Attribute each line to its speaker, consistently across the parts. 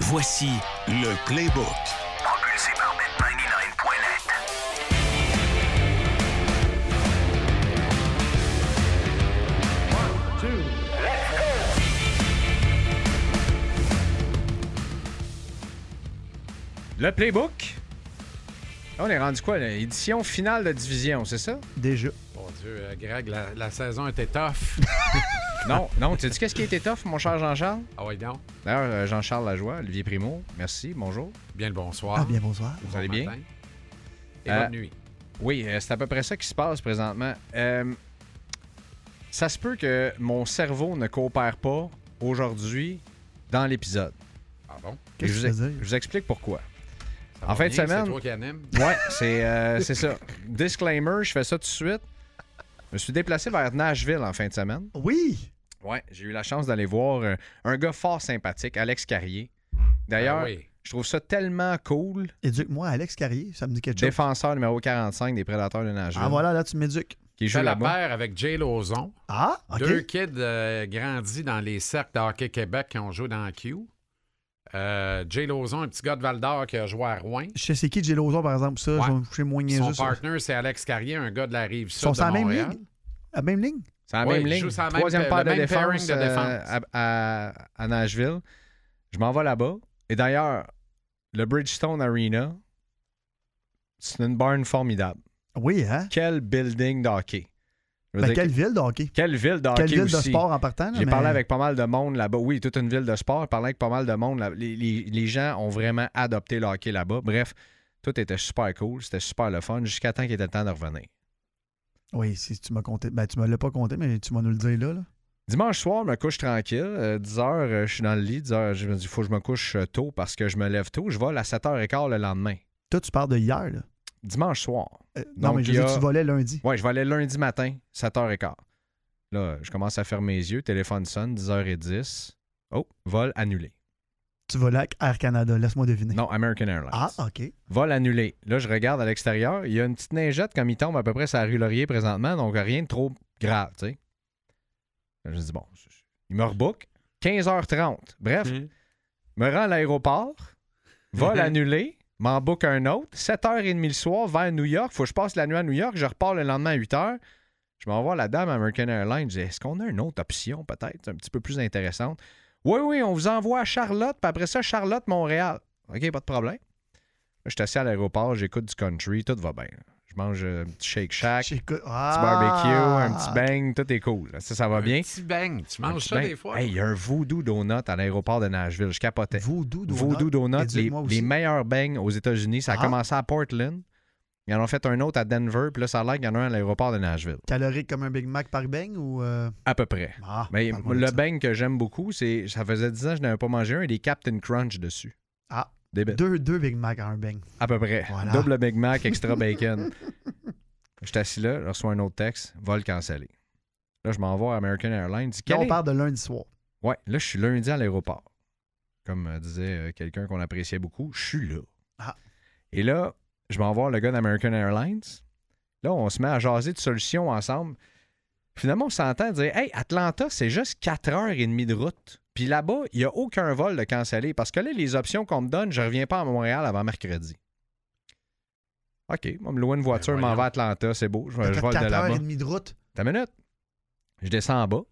Speaker 1: Voici le Playbook.
Speaker 2: Propulsé par bet99.net.
Speaker 3: Le Playbook. On est rendu quoi? là? Édition finale de division, c'est ça?
Speaker 4: Déjà.
Speaker 5: Mon Dieu, euh, Greg, la, la saison était tough.
Speaker 3: Non, non. Tu as dit qu'est-ce qui était tough, mon cher Jean-Charles?
Speaker 5: ah oui, non.
Speaker 3: D'ailleurs, euh, Jean-Charles Lajoie, Olivier Primo, merci, bonjour.
Speaker 5: Bien le bonsoir.
Speaker 4: Ah, bien bonsoir.
Speaker 3: Vous allez bien?
Speaker 5: matin. Et
Speaker 3: Euh,
Speaker 5: bonne nuit.
Speaker 3: Oui, euh, c'est à peu près ça qui se passe présentement. Euh, ça se peut que mon cerveau ne coopère pas aujourd'hui dans l'épisode.
Speaker 5: Ah bon?
Speaker 4: Qu'est-ce
Speaker 3: Et je
Speaker 4: que tu
Speaker 3: vous-
Speaker 4: veux dire?
Speaker 3: Je vous explique pourquoi.
Speaker 5: Ça
Speaker 3: En
Speaker 5: va
Speaker 3: fin de
Speaker 5: bien,
Speaker 3: semaine-
Speaker 5: C'est toi qui anime.
Speaker 3: Ouais, c'est euh, c'est ça. Disclaimer, je fais ça tout de suite. Je me suis déplacé vers Nashville en fin de semaine.
Speaker 4: Oui!
Speaker 3: Ouais, j'ai eu la chance d'aller voir euh, un gars fort sympathique, Alex Carrier. D'ailleurs,
Speaker 5: Ah oui.
Speaker 3: je trouve ça tellement cool.
Speaker 4: Éduque-moi, Alex Carrier, ça me dit quelque chose.
Speaker 3: Défenseur numéro 45 des Prédateurs de Nashville.
Speaker 4: Ah voilà, là, tu m'éduques.
Speaker 3: Qui
Speaker 5: Je
Speaker 3: joue
Speaker 5: la
Speaker 3: là-bas.
Speaker 5: paire avec Jay Lozon.
Speaker 4: Ah, OK.
Speaker 5: Deux kids euh, grandis dans les cercles de hockey Québec qui ont joué dans la Q. Euh, Jay Lozon, un petit gars de Val d'Or qui a joué à Rouen.
Speaker 4: Je sais c'est qui, Jay Lozon, par exemple, ça,
Speaker 5: Ouais.
Speaker 4: je vais me coucher moins
Speaker 5: Son
Speaker 4: niaiseux. ça.
Speaker 5: partner, c'est Alex Carrier, un gars de la rive
Speaker 4: Ils sont
Speaker 5: sud
Speaker 4: sur
Speaker 5: de
Speaker 4: la même
Speaker 5: Montréal.
Speaker 4: ligne? La même ligne?
Speaker 3: C'est la
Speaker 5: Oui,
Speaker 3: même
Speaker 5: il
Speaker 3: ligne.
Speaker 5: joue sur la même
Speaker 3: Troisième
Speaker 5: pa-
Speaker 3: paire
Speaker 5: le
Speaker 3: de
Speaker 5: même pairing
Speaker 3: défense,
Speaker 5: de
Speaker 3: euh,
Speaker 5: défense.
Speaker 3: à, à- à Nashville. Je m'en vais là-bas. Et d'ailleurs, le Bridgestone Arena, c'est une barn formidable.
Speaker 4: Oui, hein?
Speaker 3: Quel building d'hockey. Je veux
Speaker 4: Ben,
Speaker 3: dire,
Speaker 4: quelle ville de hockey?
Speaker 3: quelle ville d'hockey
Speaker 4: Quelle ville de
Speaker 3: aussi.
Speaker 4: sport en partant? là,
Speaker 3: J'ai
Speaker 4: Ah, mais-
Speaker 3: parlé avec pas mal de monde là-bas. Oui, toute une ville de sport. J'ai parlé avec pas mal de monde. là- Les, les- les gens ont vraiment adopté le hockey là-bas. Bref, tout était super cool. C'était super le fun jusqu'à temps qu'il était le temps de revenir.
Speaker 4: Oui, si tu m'as compté. Ben, tu me l'as pas compté, mais tu m'as nous le dire là. là.
Speaker 3: Dimanche soir, je me couche tranquille. Euh, 10h, je suis dans le lit. 10h, je me dis, il faut que je me couche euh, tôt parce que je me lève tôt. Je vole à 7h15 le lendemain.
Speaker 4: Toi, tu parles de hier, là.
Speaker 3: Dimanche soir.
Speaker 4: Euh, non,
Speaker 3: Donc,
Speaker 4: mais je
Speaker 3: il y
Speaker 4: veux dire,
Speaker 3: a-
Speaker 4: tu volais lundi.
Speaker 3: Ouais, je vais aller lundi matin, 7h15. Là, je commence à fermer les yeux. Téléphone sonne, 10h10. Oh, vol annulé.
Speaker 4: Tu volais avec Air Canada, laisse-moi deviner.
Speaker 3: Non, American Airlines.
Speaker 4: Ah, OK.
Speaker 3: Vol annulé. Là, je regarde à l'extérieur. Il y a une petite neigette comme il tombe à peu près sur la rue Laurier présentement, donc rien de trop grave, tu sais. Là, Je dis, bon, je- je- il me rebook. 15h30. Bref,
Speaker 5: Mhm.
Speaker 3: me rend à l'aéroport. Vol annulé. M'en book un autre. 7h30 le soir vers New York. Faut que je passe la nuit à New York. Je repars le lendemain à 8h. Je m'envoie la dame à American Airlines. Je dis, est-ce qu'on a une autre option peut-être, un petit peu plus intéressante? Oui, oui, on vous envoie à Charlotte, puis après ça, Charlotte, Montréal. OK, pas de problème. Là, Je suis assis à l'aéroport, j'écoute du country, tout va bien. Je mange euh, un petit Shake Shack, un petit
Speaker 4: J'écoute-
Speaker 3: barbecue,
Speaker 4: Ah!
Speaker 3: un petit bang, tout est cool. Ça, ça va bien.
Speaker 5: Un petit bang. Tu
Speaker 3: Un
Speaker 5: manges
Speaker 3: petit
Speaker 5: ça
Speaker 3: bang.
Speaker 5: des fois?
Speaker 3: Hey, il y a un voodoo donut à l'aéroport de Nashville, je capotais.
Speaker 4: Voodoo Donut.
Speaker 3: Voodoo Donut, les,
Speaker 4: Éduque-moi
Speaker 3: les
Speaker 4: aussi.
Speaker 3: meilleurs bangs aux États-Unis. Ça a
Speaker 4: Ah.
Speaker 3: commencé à Portland. Ils en ont fait un autre à Denver, puis là, ça a l'air qu'il y en a un à l'aéroport de Nashville.
Speaker 4: Calorique comme un Big Mac par beigne ou. euh,
Speaker 3: À peu près.
Speaker 4: Ah,
Speaker 3: Mais
Speaker 4: parle-moi de
Speaker 3: Ben, le
Speaker 4: ça.
Speaker 3: bang que j'aime beaucoup, c'est ça faisait 10 ans que je n'avais pas mangé un et des Captain Crunch dessus.
Speaker 4: Ah.
Speaker 3: Débile.
Speaker 4: Deux, deux Big Mac en un beigne.
Speaker 3: À peu près.
Speaker 4: Voilà.
Speaker 3: Double Big Mac, extra bacon. Je suis assis là, je reçois un autre texte, vol cancellé. Là, je m'envoie à American Airlines. Dis,
Speaker 4: Là,
Speaker 3: quel
Speaker 4: on
Speaker 3: est-
Speaker 4: parle de lundi soir.
Speaker 3: Ouais, là, je suis lundi à l'aéroport. Comme euh, disait euh, quelqu'un qu'on appréciait beaucoup, je suis là.
Speaker 4: Ah.
Speaker 3: Et là, je m'en vais voir le gars d'American Airlines. Là, on se met à jaser de solutions ensemble. Finalement, on s'entend dire Hey, Atlanta, c'est juste 4h30 de route. Puis là-bas, il n'y a aucun vol de cancellé. Parce que là, les options qu'on me donne, je reviens pas à Montréal avant mercredi. OK, on me loue une voiture,
Speaker 5: Ben
Speaker 3: m'en
Speaker 5: voyons.
Speaker 3: vais à Atlanta, c'est beau, je, je vole de
Speaker 4: 4 heures
Speaker 3: là-bas.
Speaker 4: et demie de route.
Speaker 3: T'as une minute. Je descends en bas,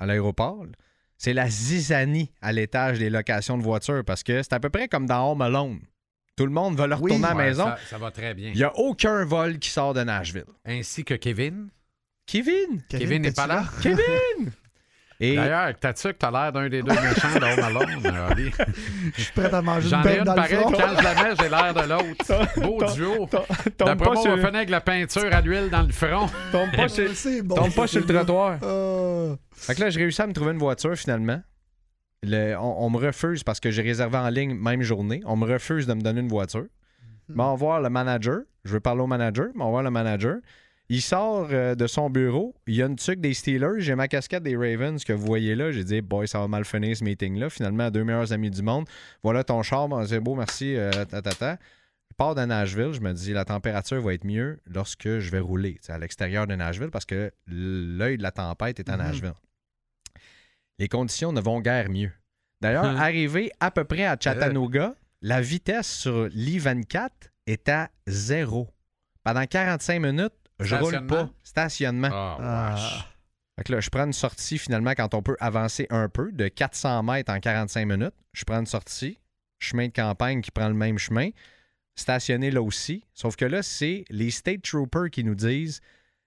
Speaker 3: à l'aéroport. C'est la zizanie à l'étage des locations de voitures parce que c'est à peu près comme dans Home Alone. Tout le monde veut le
Speaker 4: Oui.
Speaker 3: retourner à la
Speaker 5: Ouais,
Speaker 3: maison.
Speaker 5: Ça, ça va très bien.
Speaker 3: Il n'y a aucun vol qui sort de Nashville.
Speaker 5: Ainsi que Kevin.
Speaker 3: Kevin!
Speaker 5: Kevin n'est
Speaker 4: t'es-tu
Speaker 5: pas là.
Speaker 3: Kevin! Et
Speaker 5: D'ailleurs, avec ta tuque, t'as l'air d'un des deux méchants de Home Alone, euh, Oli.
Speaker 4: Je suis prêt à manger
Speaker 5: J'en
Speaker 4: une
Speaker 5: ai
Speaker 4: beigne
Speaker 5: une
Speaker 4: dans le
Speaker 5: pareille,
Speaker 4: front.
Speaker 5: quand je la mets, j'ai l'air de l'autre. Beau duo.
Speaker 3: tombe
Speaker 5: D'après
Speaker 3: pas,
Speaker 5: moi, on
Speaker 3: sur,
Speaker 5: va finir avec la peinture à l'huile dans le front.
Speaker 3: tombe pas sur-
Speaker 4: C'est bon.
Speaker 3: tombe pas sur le trottoir. Oh,
Speaker 4: Euh,
Speaker 3: Fait que là, j'ai réussi à me trouver une voiture finalement. Le- on, on me refuse parce que j'ai réservé en ligne même journée. On me refuse de me donner une voiture. M'en voir le manager. Je veux parler au manager. M'en voir le manager. Il sort euh, de son bureau. Il y a une tuque des Steelers. J'ai ma casquette des Ravens que vous voyez là. J'ai dit, boy, ça va mal finir ce meeting-là. Finalement, à deux meilleurs amis du monde. Voilà ton char. Bon, c'est beau, merci. euh, ta, ta, ta. Je pars de Nashville. Je me dis, la température va être mieux lorsque je vais rouler tu sais, à l'extérieur de Nashville parce que l'œil de la tempête est à
Speaker 4: Mhm.
Speaker 3: Nashville. Les conditions ne vont guère mieux. D'ailleurs,
Speaker 5: Hein.
Speaker 3: arrivé à peu près à
Speaker 5: Euh.
Speaker 3: Chattanooga, la vitesse sur l'I-24 est à zéro. Pendant 45 minutes, je roule pas. Stationnement.
Speaker 5: Stationnement? Ah,
Speaker 4: Ah.
Speaker 5: wesh.
Speaker 3: Fait que là, je prends une sortie finalement quand on peut avancer un peu de 400 mètres en 45 minutes. Je prends une sortie, chemin de campagne qui prend le même chemin, stationné là aussi. Sauf que là, c'est les state troopers qui nous disent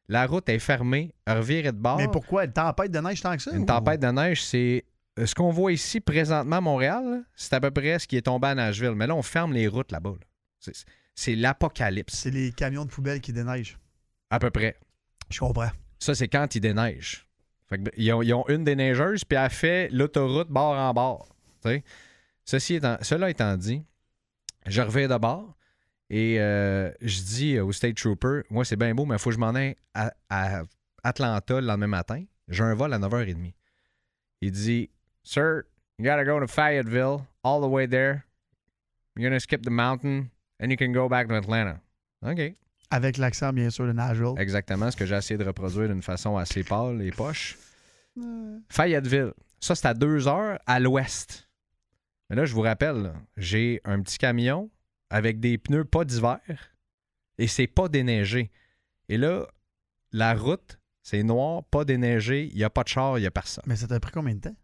Speaker 3: la route est fermée, revirez de bord.
Speaker 4: Ah. Mais pourquoi? Une tempête de neige tant que ça?
Speaker 3: Une
Speaker 4: ou-
Speaker 3: tempête de neige, c'est euh, ce qu'on voit ici présentement à Montréal, là, c'est à peu près ce qui est tombé à Nashville. Mais là, on ferme les routes là-bas. là. C'est- C'est l'apocalypse,
Speaker 4: C'est les camions de poubelle qui déneigent.
Speaker 3: à peu près.
Speaker 4: Je comprends.
Speaker 3: Ça, c'est quand il déneige. Fait que, ils, ont, ils ont une déneigeuse, puis elle fait l'autoroute bord en bord. tu sais. Ceci étant, cela étant dit, je reviens de bord et euh, je dis au State Trooper Moi, c'est bien beau, mais il faut que je m'en aille à, à Atlanta le lendemain matin. J'ai un vol à 9h30. Il dit Sir, you gotta go to Fayetteville, all the way there. You're gonna skip the mountain, and you can go back to Atlanta. OK.
Speaker 4: Avec l'accent, bien sûr, de Nashville.
Speaker 3: Exactement ce que j'ai essayé de reproduire d'une façon assez pâle, les poches. Fayetteville. Ça, c'est à deux heures à l'ouest. Mais là, je vous rappelle, là, j'ai un petit camion avec des pneus pas d'hiver et c'est pas déneigé. Et là, la route, c'est noir, pas déneigé, il n'y a pas de char, il n'y a personne.
Speaker 4: Mais ça t'a pris combien de temps?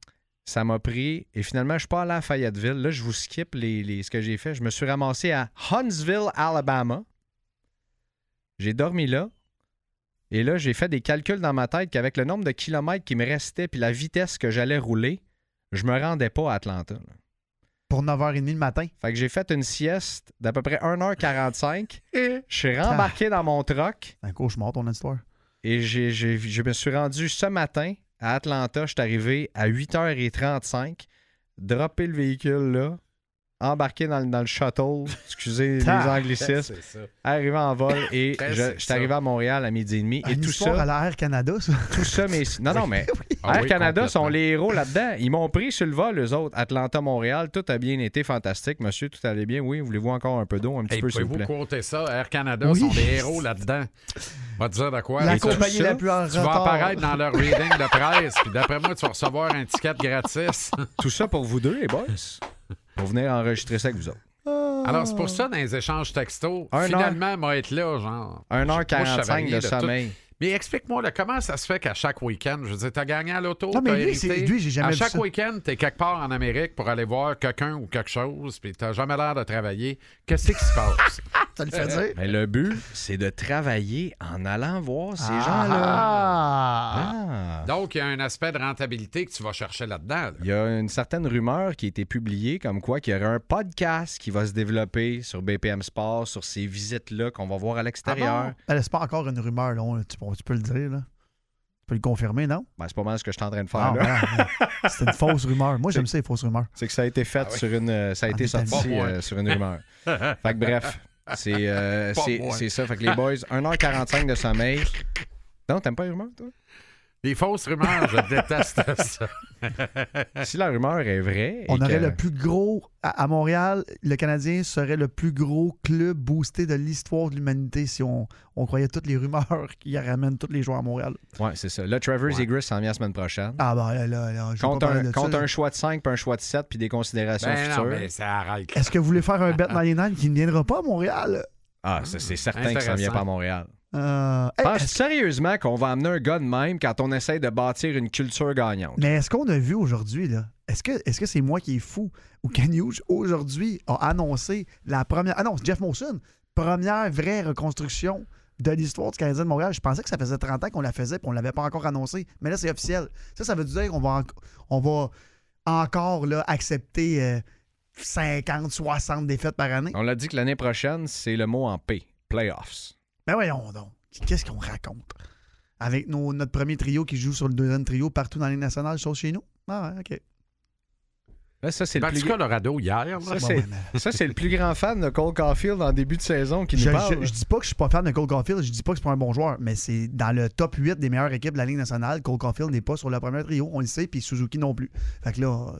Speaker 3: Ça m'a pris. Et finalement, je suis pas allé à Fayetteville. Là, je vous skip les, les- ce que j'ai fait. Je me suis ramassé à Huntsville, Alabama. J'ai dormi là. Et là, j'ai fait des calculs dans ma tête qu'avec le nombre de kilomètres qui me restait puis la vitesse que j'allais rouler, je me rendais pas à Atlanta. là.
Speaker 4: Pour 9h30 le matin.
Speaker 3: Fait que j'ai fait une sieste d'à peu près 1h45. Je suis rembarqué dans mon truck.
Speaker 4: C'est un cauchemar, ton histoire.
Speaker 3: Et j'ai- j'ai- je me suis rendu ce matin à Atlanta. Je suis arrivé à 8h35, droppé le véhicule là, embarqué dans, le- dans le shuttle, excusez les
Speaker 4: Ta-
Speaker 3: anglicismes,
Speaker 5: C'est ça.
Speaker 3: arrivé en vol et
Speaker 5: Ben,
Speaker 3: je,
Speaker 5: c'est
Speaker 3: je suis
Speaker 5: ça.
Speaker 3: arrivé à Montréal à midi et demi. Et
Speaker 4: Une
Speaker 3: tout
Speaker 4: histoire à
Speaker 3: ça,
Speaker 4: la Air Canada, ça.
Speaker 3: tout ça, mais. Non, non, mais
Speaker 5: Ah
Speaker 3: Air
Speaker 5: oui,
Speaker 3: Canada
Speaker 5: complètement.
Speaker 3: sont les héros là-dedans. Ils m'ont pris sur le vol, eux autres. Atlanta-Montréal, tout a bien été fantastique, monsieur, tout allait bien. Oui, voulez-vous encore un peu d'eau, un petit
Speaker 5: Hey,
Speaker 3: peu, s'il vous
Speaker 5: Pouvez-vous
Speaker 3: plaît?
Speaker 5: compter ça? Air Canada
Speaker 4: Oui.
Speaker 5: sont des héros là-dedans. Va te dire de quoi.
Speaker 4: La
Speaker 5: Et tout
Speaker 4: compagnie
Speaker 5: ça,
Speaker 4: la plus en
Speaker 5: Tu vas
Speaker 4: retard.
Speaker 5: apparaître dans leur reading de presse, puis d'après moi, tu vas recevoir un ticket gratis.
Speaker 3: Tout ça pour vous deux, les boys, pour venir enregistrer ça avec vous autres.
Speaker 5: Alors, c'est pour ça, dans les échanges textos,
Speaker 3: Un
Speaker 5: finalement, moi, être là, genre. Moi, je savais
Speaker 3: 1h45
Speaker 5: rien
Speaker 3: de
Speaker 5: tout.
Speaker 3: sommeil.
Speaker 5: Mais explique-moi, là, comment ça se fait qu'à chaque week-end, je veux dire, t'as gagné à l'auto,
Speaker 4: Non, mais
Speaker 5: t'as
Speaker 4: lui,
Speaker 5: hérité.
Speaker 4: c'est- lui, j'ai jamais
Speaker 5: À
Speaker 4: vu
Speaker 5: chaque
Speaker 4: ça.
Speaker 5: week-end, t'es quelque part en Amérique pour aller voir quelqu'un ou quelque chose, puis t'as jamais l'air de travailler. Qu'est-ce qui se passe?
Speaker 4: Ça le fait dire.
Speaker 3: Mais le but, c'est de travailler en allant voir ces gens-là.
Speaker 4: Ah!
Speaker 3: Ah.
Speaker 5: Donc, il y a un aspect de rentabilité que tu vas chercher là-dedans. là.
Speaker 3: Il y a une certaine rumeur qui a été publiée comme quoi qu'il y aurait un podcast qui va se développer sur BPM Sport, sur ces visites-là qu'on va voir à l'extérieur.
Speaker 4: Ben, c'est pas encore une rumeur, là. On- Tu, on- tu peux le dire, là. Tu peux le confirmer, non?
Speaker 3: Ben, c'est pas mal ce que je suis en train de
Speaker 4: Ah,
Speaker 3: faire là.
Speaker 4: ben, c'est une fausse rumeur. Moi, j'aime ça, les fausses rumeurs.
Speaker 3: C'est que ça a été fait
Speaker 5: Ah oui.
Speaker 3: sur une. euh, Ça a
Speaker 4: En
Speaker 3: été
Speaker 4: Italie.
Speaker 3: sorti
Speaker 5: Pas moi.
Speaker 3: euh, sur une rumeur. fait que bref, c'est euh,
Speaker 5: Pas
Speaker 3: c'est-
Speaker 5: moi.
Speaker 3: c'est ça. Fait que les boys, 1h45 de sommeil. Non, t'aimes pas les rumeurs, toi?
Speaker 5: Les fausses rumeurs, je déteste ça.
Speaker 3: Si la rumeur est vraie. et
Speaker 4: On aurait
Speaker 3: que-
Speaker 4: le plus gros. À, à Montréal, le Canadien serait le plus gros club boosté de l'histoire de l'humanité si on, on croyait toutes les rumeurs qui ramènent tous les joueurs à Montréal.
Speaker 3: Ouais, c'est ça. Là, Trevor
Speaker 5: Ouais.
Speaker 3: Zegras s'en vient la semaine prochaine.
Speaker 4: Ah, ben là, là, là, je veux
Speaker 3: Compte
Speaker 4: pas parler
Speaker 3: un,
Speaker 4: de
Speaker 3: compte
Speaker 4: ça,
Speaker 3: un
Speaker 4: là.
Speaker 3: choix de 5 puis un choix de 7 puis des considérations
Speaker 5: Ben non,
Speaker 3: futures.
Speaker 5: mais ça arrête.
Speaker 4: Est-ce que vous voulez faire un bet 99 qui ne viendra pas à Montréal?
Speaker 3: Ah, ça, c'est certain que ça vient
Speaker 5: Intéressant.
Speaker 3: pas à Montréal.
Speaker 4: Euh, hey,
Speaker 3: Pense
Speaker 4: est-ce-
Speaker 3: sérieusement qu'on va amener un gars de même quand on essaie de bâtir une culture gagnante?
Speaker 4: mais est-ce qu'on a vu aujourd'hui, là? Est-ce que est-ce que c'est moi qui est fou? Ou Ken Hughes, aujourd'hui, a annoncé la première. Ah non, c'est Jeff Monson, première vraie reconstruction de l'histoire du Canadien de Montréal. Je pensais que ça faisait 30 ans qu'on la faisait puis on l'avait pas encore annoncé. Mais là, c'est officiel. Ça, ça veut dire qu'on va, en- on va encore là, accepter euh, 50, 60 défaites par année.
Speaker 3: On l'a dit que l'année prochaine, c'est le mot en P. Playoffs.
Speaker 4: Ben voyons donc. Qu'est-ce qu'on raconte? Avec nos- notre premier trio qui joue sur le deuxième trio partout dans les nationales, sauf chez nous? Ah ouais, OK.
Speaker 3: Là, ça, c'est le,
Speaker 5: Battu
Speaker 3: plus...
Speaker 5: Ben, Colorado hier, là.
Speaker 3: ça, c'est- ça, c'est le plus grand fan de Cole Caulfield en début de saison qui
Speaker 4: Je,
Speaker 3: nous parle.
Speaker 4: je- je dis pas que je suis pas fan de Cole Caulfield, je dis pas que c'est pas un bon joueur, mais c'est dans le top 8 des meilleures équipes de la Ligue nationale. Cole Caulfield n'est pas sur le premier trio, on le sait, puis Suzuki non plus. Fait que là, euh,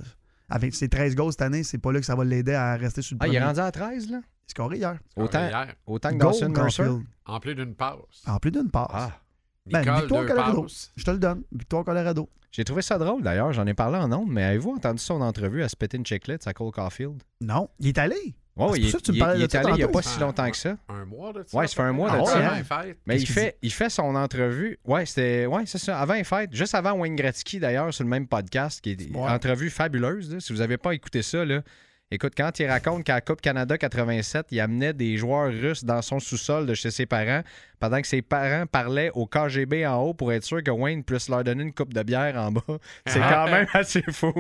Speaker 4: avec ses 13 goals cette année, c'est pas là que ça va l'aider à rester sur le
Speaker 3: Ah, il
Speaker 4: premier.
Speaker 3: est rendu à 13, là?
Speaker 4: Il a scoré hier.
Speaker 5: Scoré
Speaker 3: Autant,
Speaker 5: Euh, hier,
Speaker 3: autant que
Speaker 4: Goal
Speaker 3: Dawson Mercer.
Speaker 4: Caulfield.
Speaker 5: en plus d'une passe.
Speaker 4: En plus d'une passe.
Speaker 3: Ah,
Speaker 4: Ah, Ben,
Speaker 5: Nicole,
Speaker 4: victoire
Speaker 5: deux
Speaker 4: Colorado.
Speaker 5: passes.
Speaker 4: Je te le donne. Victoire Colorado.
Speaker 3: J'ai trouvé ça drôle d'ailleurs, j'en ai parlé en ondes, mais avez-vous entendu son entrevue à Spitting Chicklets à Cole Caulfield?
Speaker 4: Non, il est allé.
Speaker 3: Ouais,
Speaker 4: Ah, c'est
Speaker 3: ouais,
Speaker 4: pour
Speaker 3: il,
Speaker 4: ça que tu me
Speaker 3: il-
Speaker 4: parlais
Speaker 3: il
Speaker 4: de
Speaker 3: est
Speaker 4: ça
Speaker 3: allé il n'y a
Speaker 4: tantôt.
Speaker 3: pas
Speaker 5: Ah,
Speaker 3: si longtemps que ça.
Speaker 5: Un mois de ça.
Speaker 3: Ouais, ça fait un mois
Speaker 5: Ah
Speaker 3: de
Speaker 5: ouais,
Speaker 3: ça.
Speaker 5: avant les fêtes.
Speaker 3: Mais
Speaker 4: Qu'est-ce
Speaker 3: il
Speaker 4: qu'il
Speaker 3: fait, il fait son entrevue. Ouais, c'était. Ouais, c'est ça. Avant les fêtes, juste avant Wayne Gretzky d'ailleurs, sur le même podcast, qui est une
Speaker 4: Ouais.
Speaker 3: entrevue fabuleuse. là. Si vous n'avez pas écouté ça, là, écoute, quand il raconte qu'à la Coupe Canada 87, il amenait des joueurs russes dans son sous-sol de chez ses parents, pendant que ses parents parlaient au KGB en haut pour être sûr que Wayne puisse leur donner une coupe de bière en bas. C'est quand même assez fou.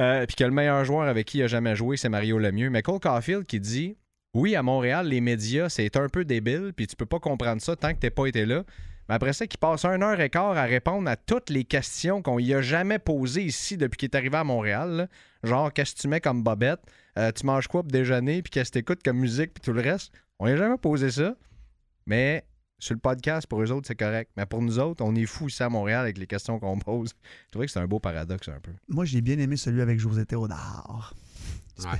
Speaker 3: Euh, Puis que le meilleur joueur avec qui il a jamais joué, c'est Mario Lemieux. Mais Cole Caulfield qui dit oui, à Montréal, les médias, c'est un peu débile, puis tu peux pas comprendre ça tant que t'es pas été là. Mais après ça, qu'il passe un heure et quart à répondre à toutes les questions qu'on y a jamais posées ici depuis qu'il est arrivé à Montréal. là. Genre, qu'est-ce que tu mets comme bobette? Euh, tu manges quoi pour déjeuner? Puis qu'est-ce que t'écoutes comme musique? Puis tout le reste. On y a jamais posé ça. Mais sur le podcast, pour eux autres, c'est correct. Mais pour nous autres, on est fous ici à Montréal avec les questions qu'on pose. Je trouvais que c'est un beau paradoxe un peu.
Speaker 4: Moi, j'ai bien aimé celui avec José Théodore.
Speaker 5: Ouais.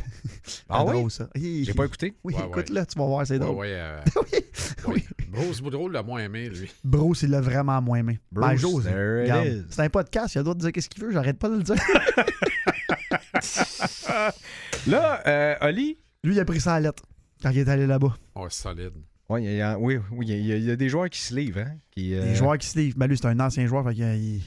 Speaker 3: Ah
Speaker 4: C'est
Speaker 3: oui?
Speaker 4: drôle, ça. Hi,
Speaker 3: J'ai
Speaker 4: hi.
Speaker 3: pas écouté.
Speaker 4: Oui,
Speaker 5: Ouais, ouais.
Speaker 4: écoute-le, tu vas voir, c'est
Speaker 5: Ouais,
Speaker 4: drôle.
Speaker 5: ouais, euh,
Speaker 4: oui,
Speaker 5: oui. Bruce Boudreau l'a moins aimé, lui.
Speaker 4: Bruce, il l'a vraiment moins aimé.
Speaker 3: Bruce,
Speaker 4: ben, José,
Speaker 3: there it
Speaker 4: regarde,
Speaker 3: is.
Speaker 4: c'est un podcast, il a le droit de dire qu'est-ce qu'il veut, j'arrête pas de le dire.
Speaker 3: Là, euh, Oli,
Speaker 4: Lui, il a pris ça à lettre quand il est allé là-bas.
Speaker 5: Oh, solide.
Speaker 3: Ouais, il y a- oui, oui, il y a- il y, a des joueurs qui se livrent. Hein, qui, euh,
Speaker 4: Les joueurs qui se livrent. Ben, lui, c'est un ancien joueur, fait que, euh, il-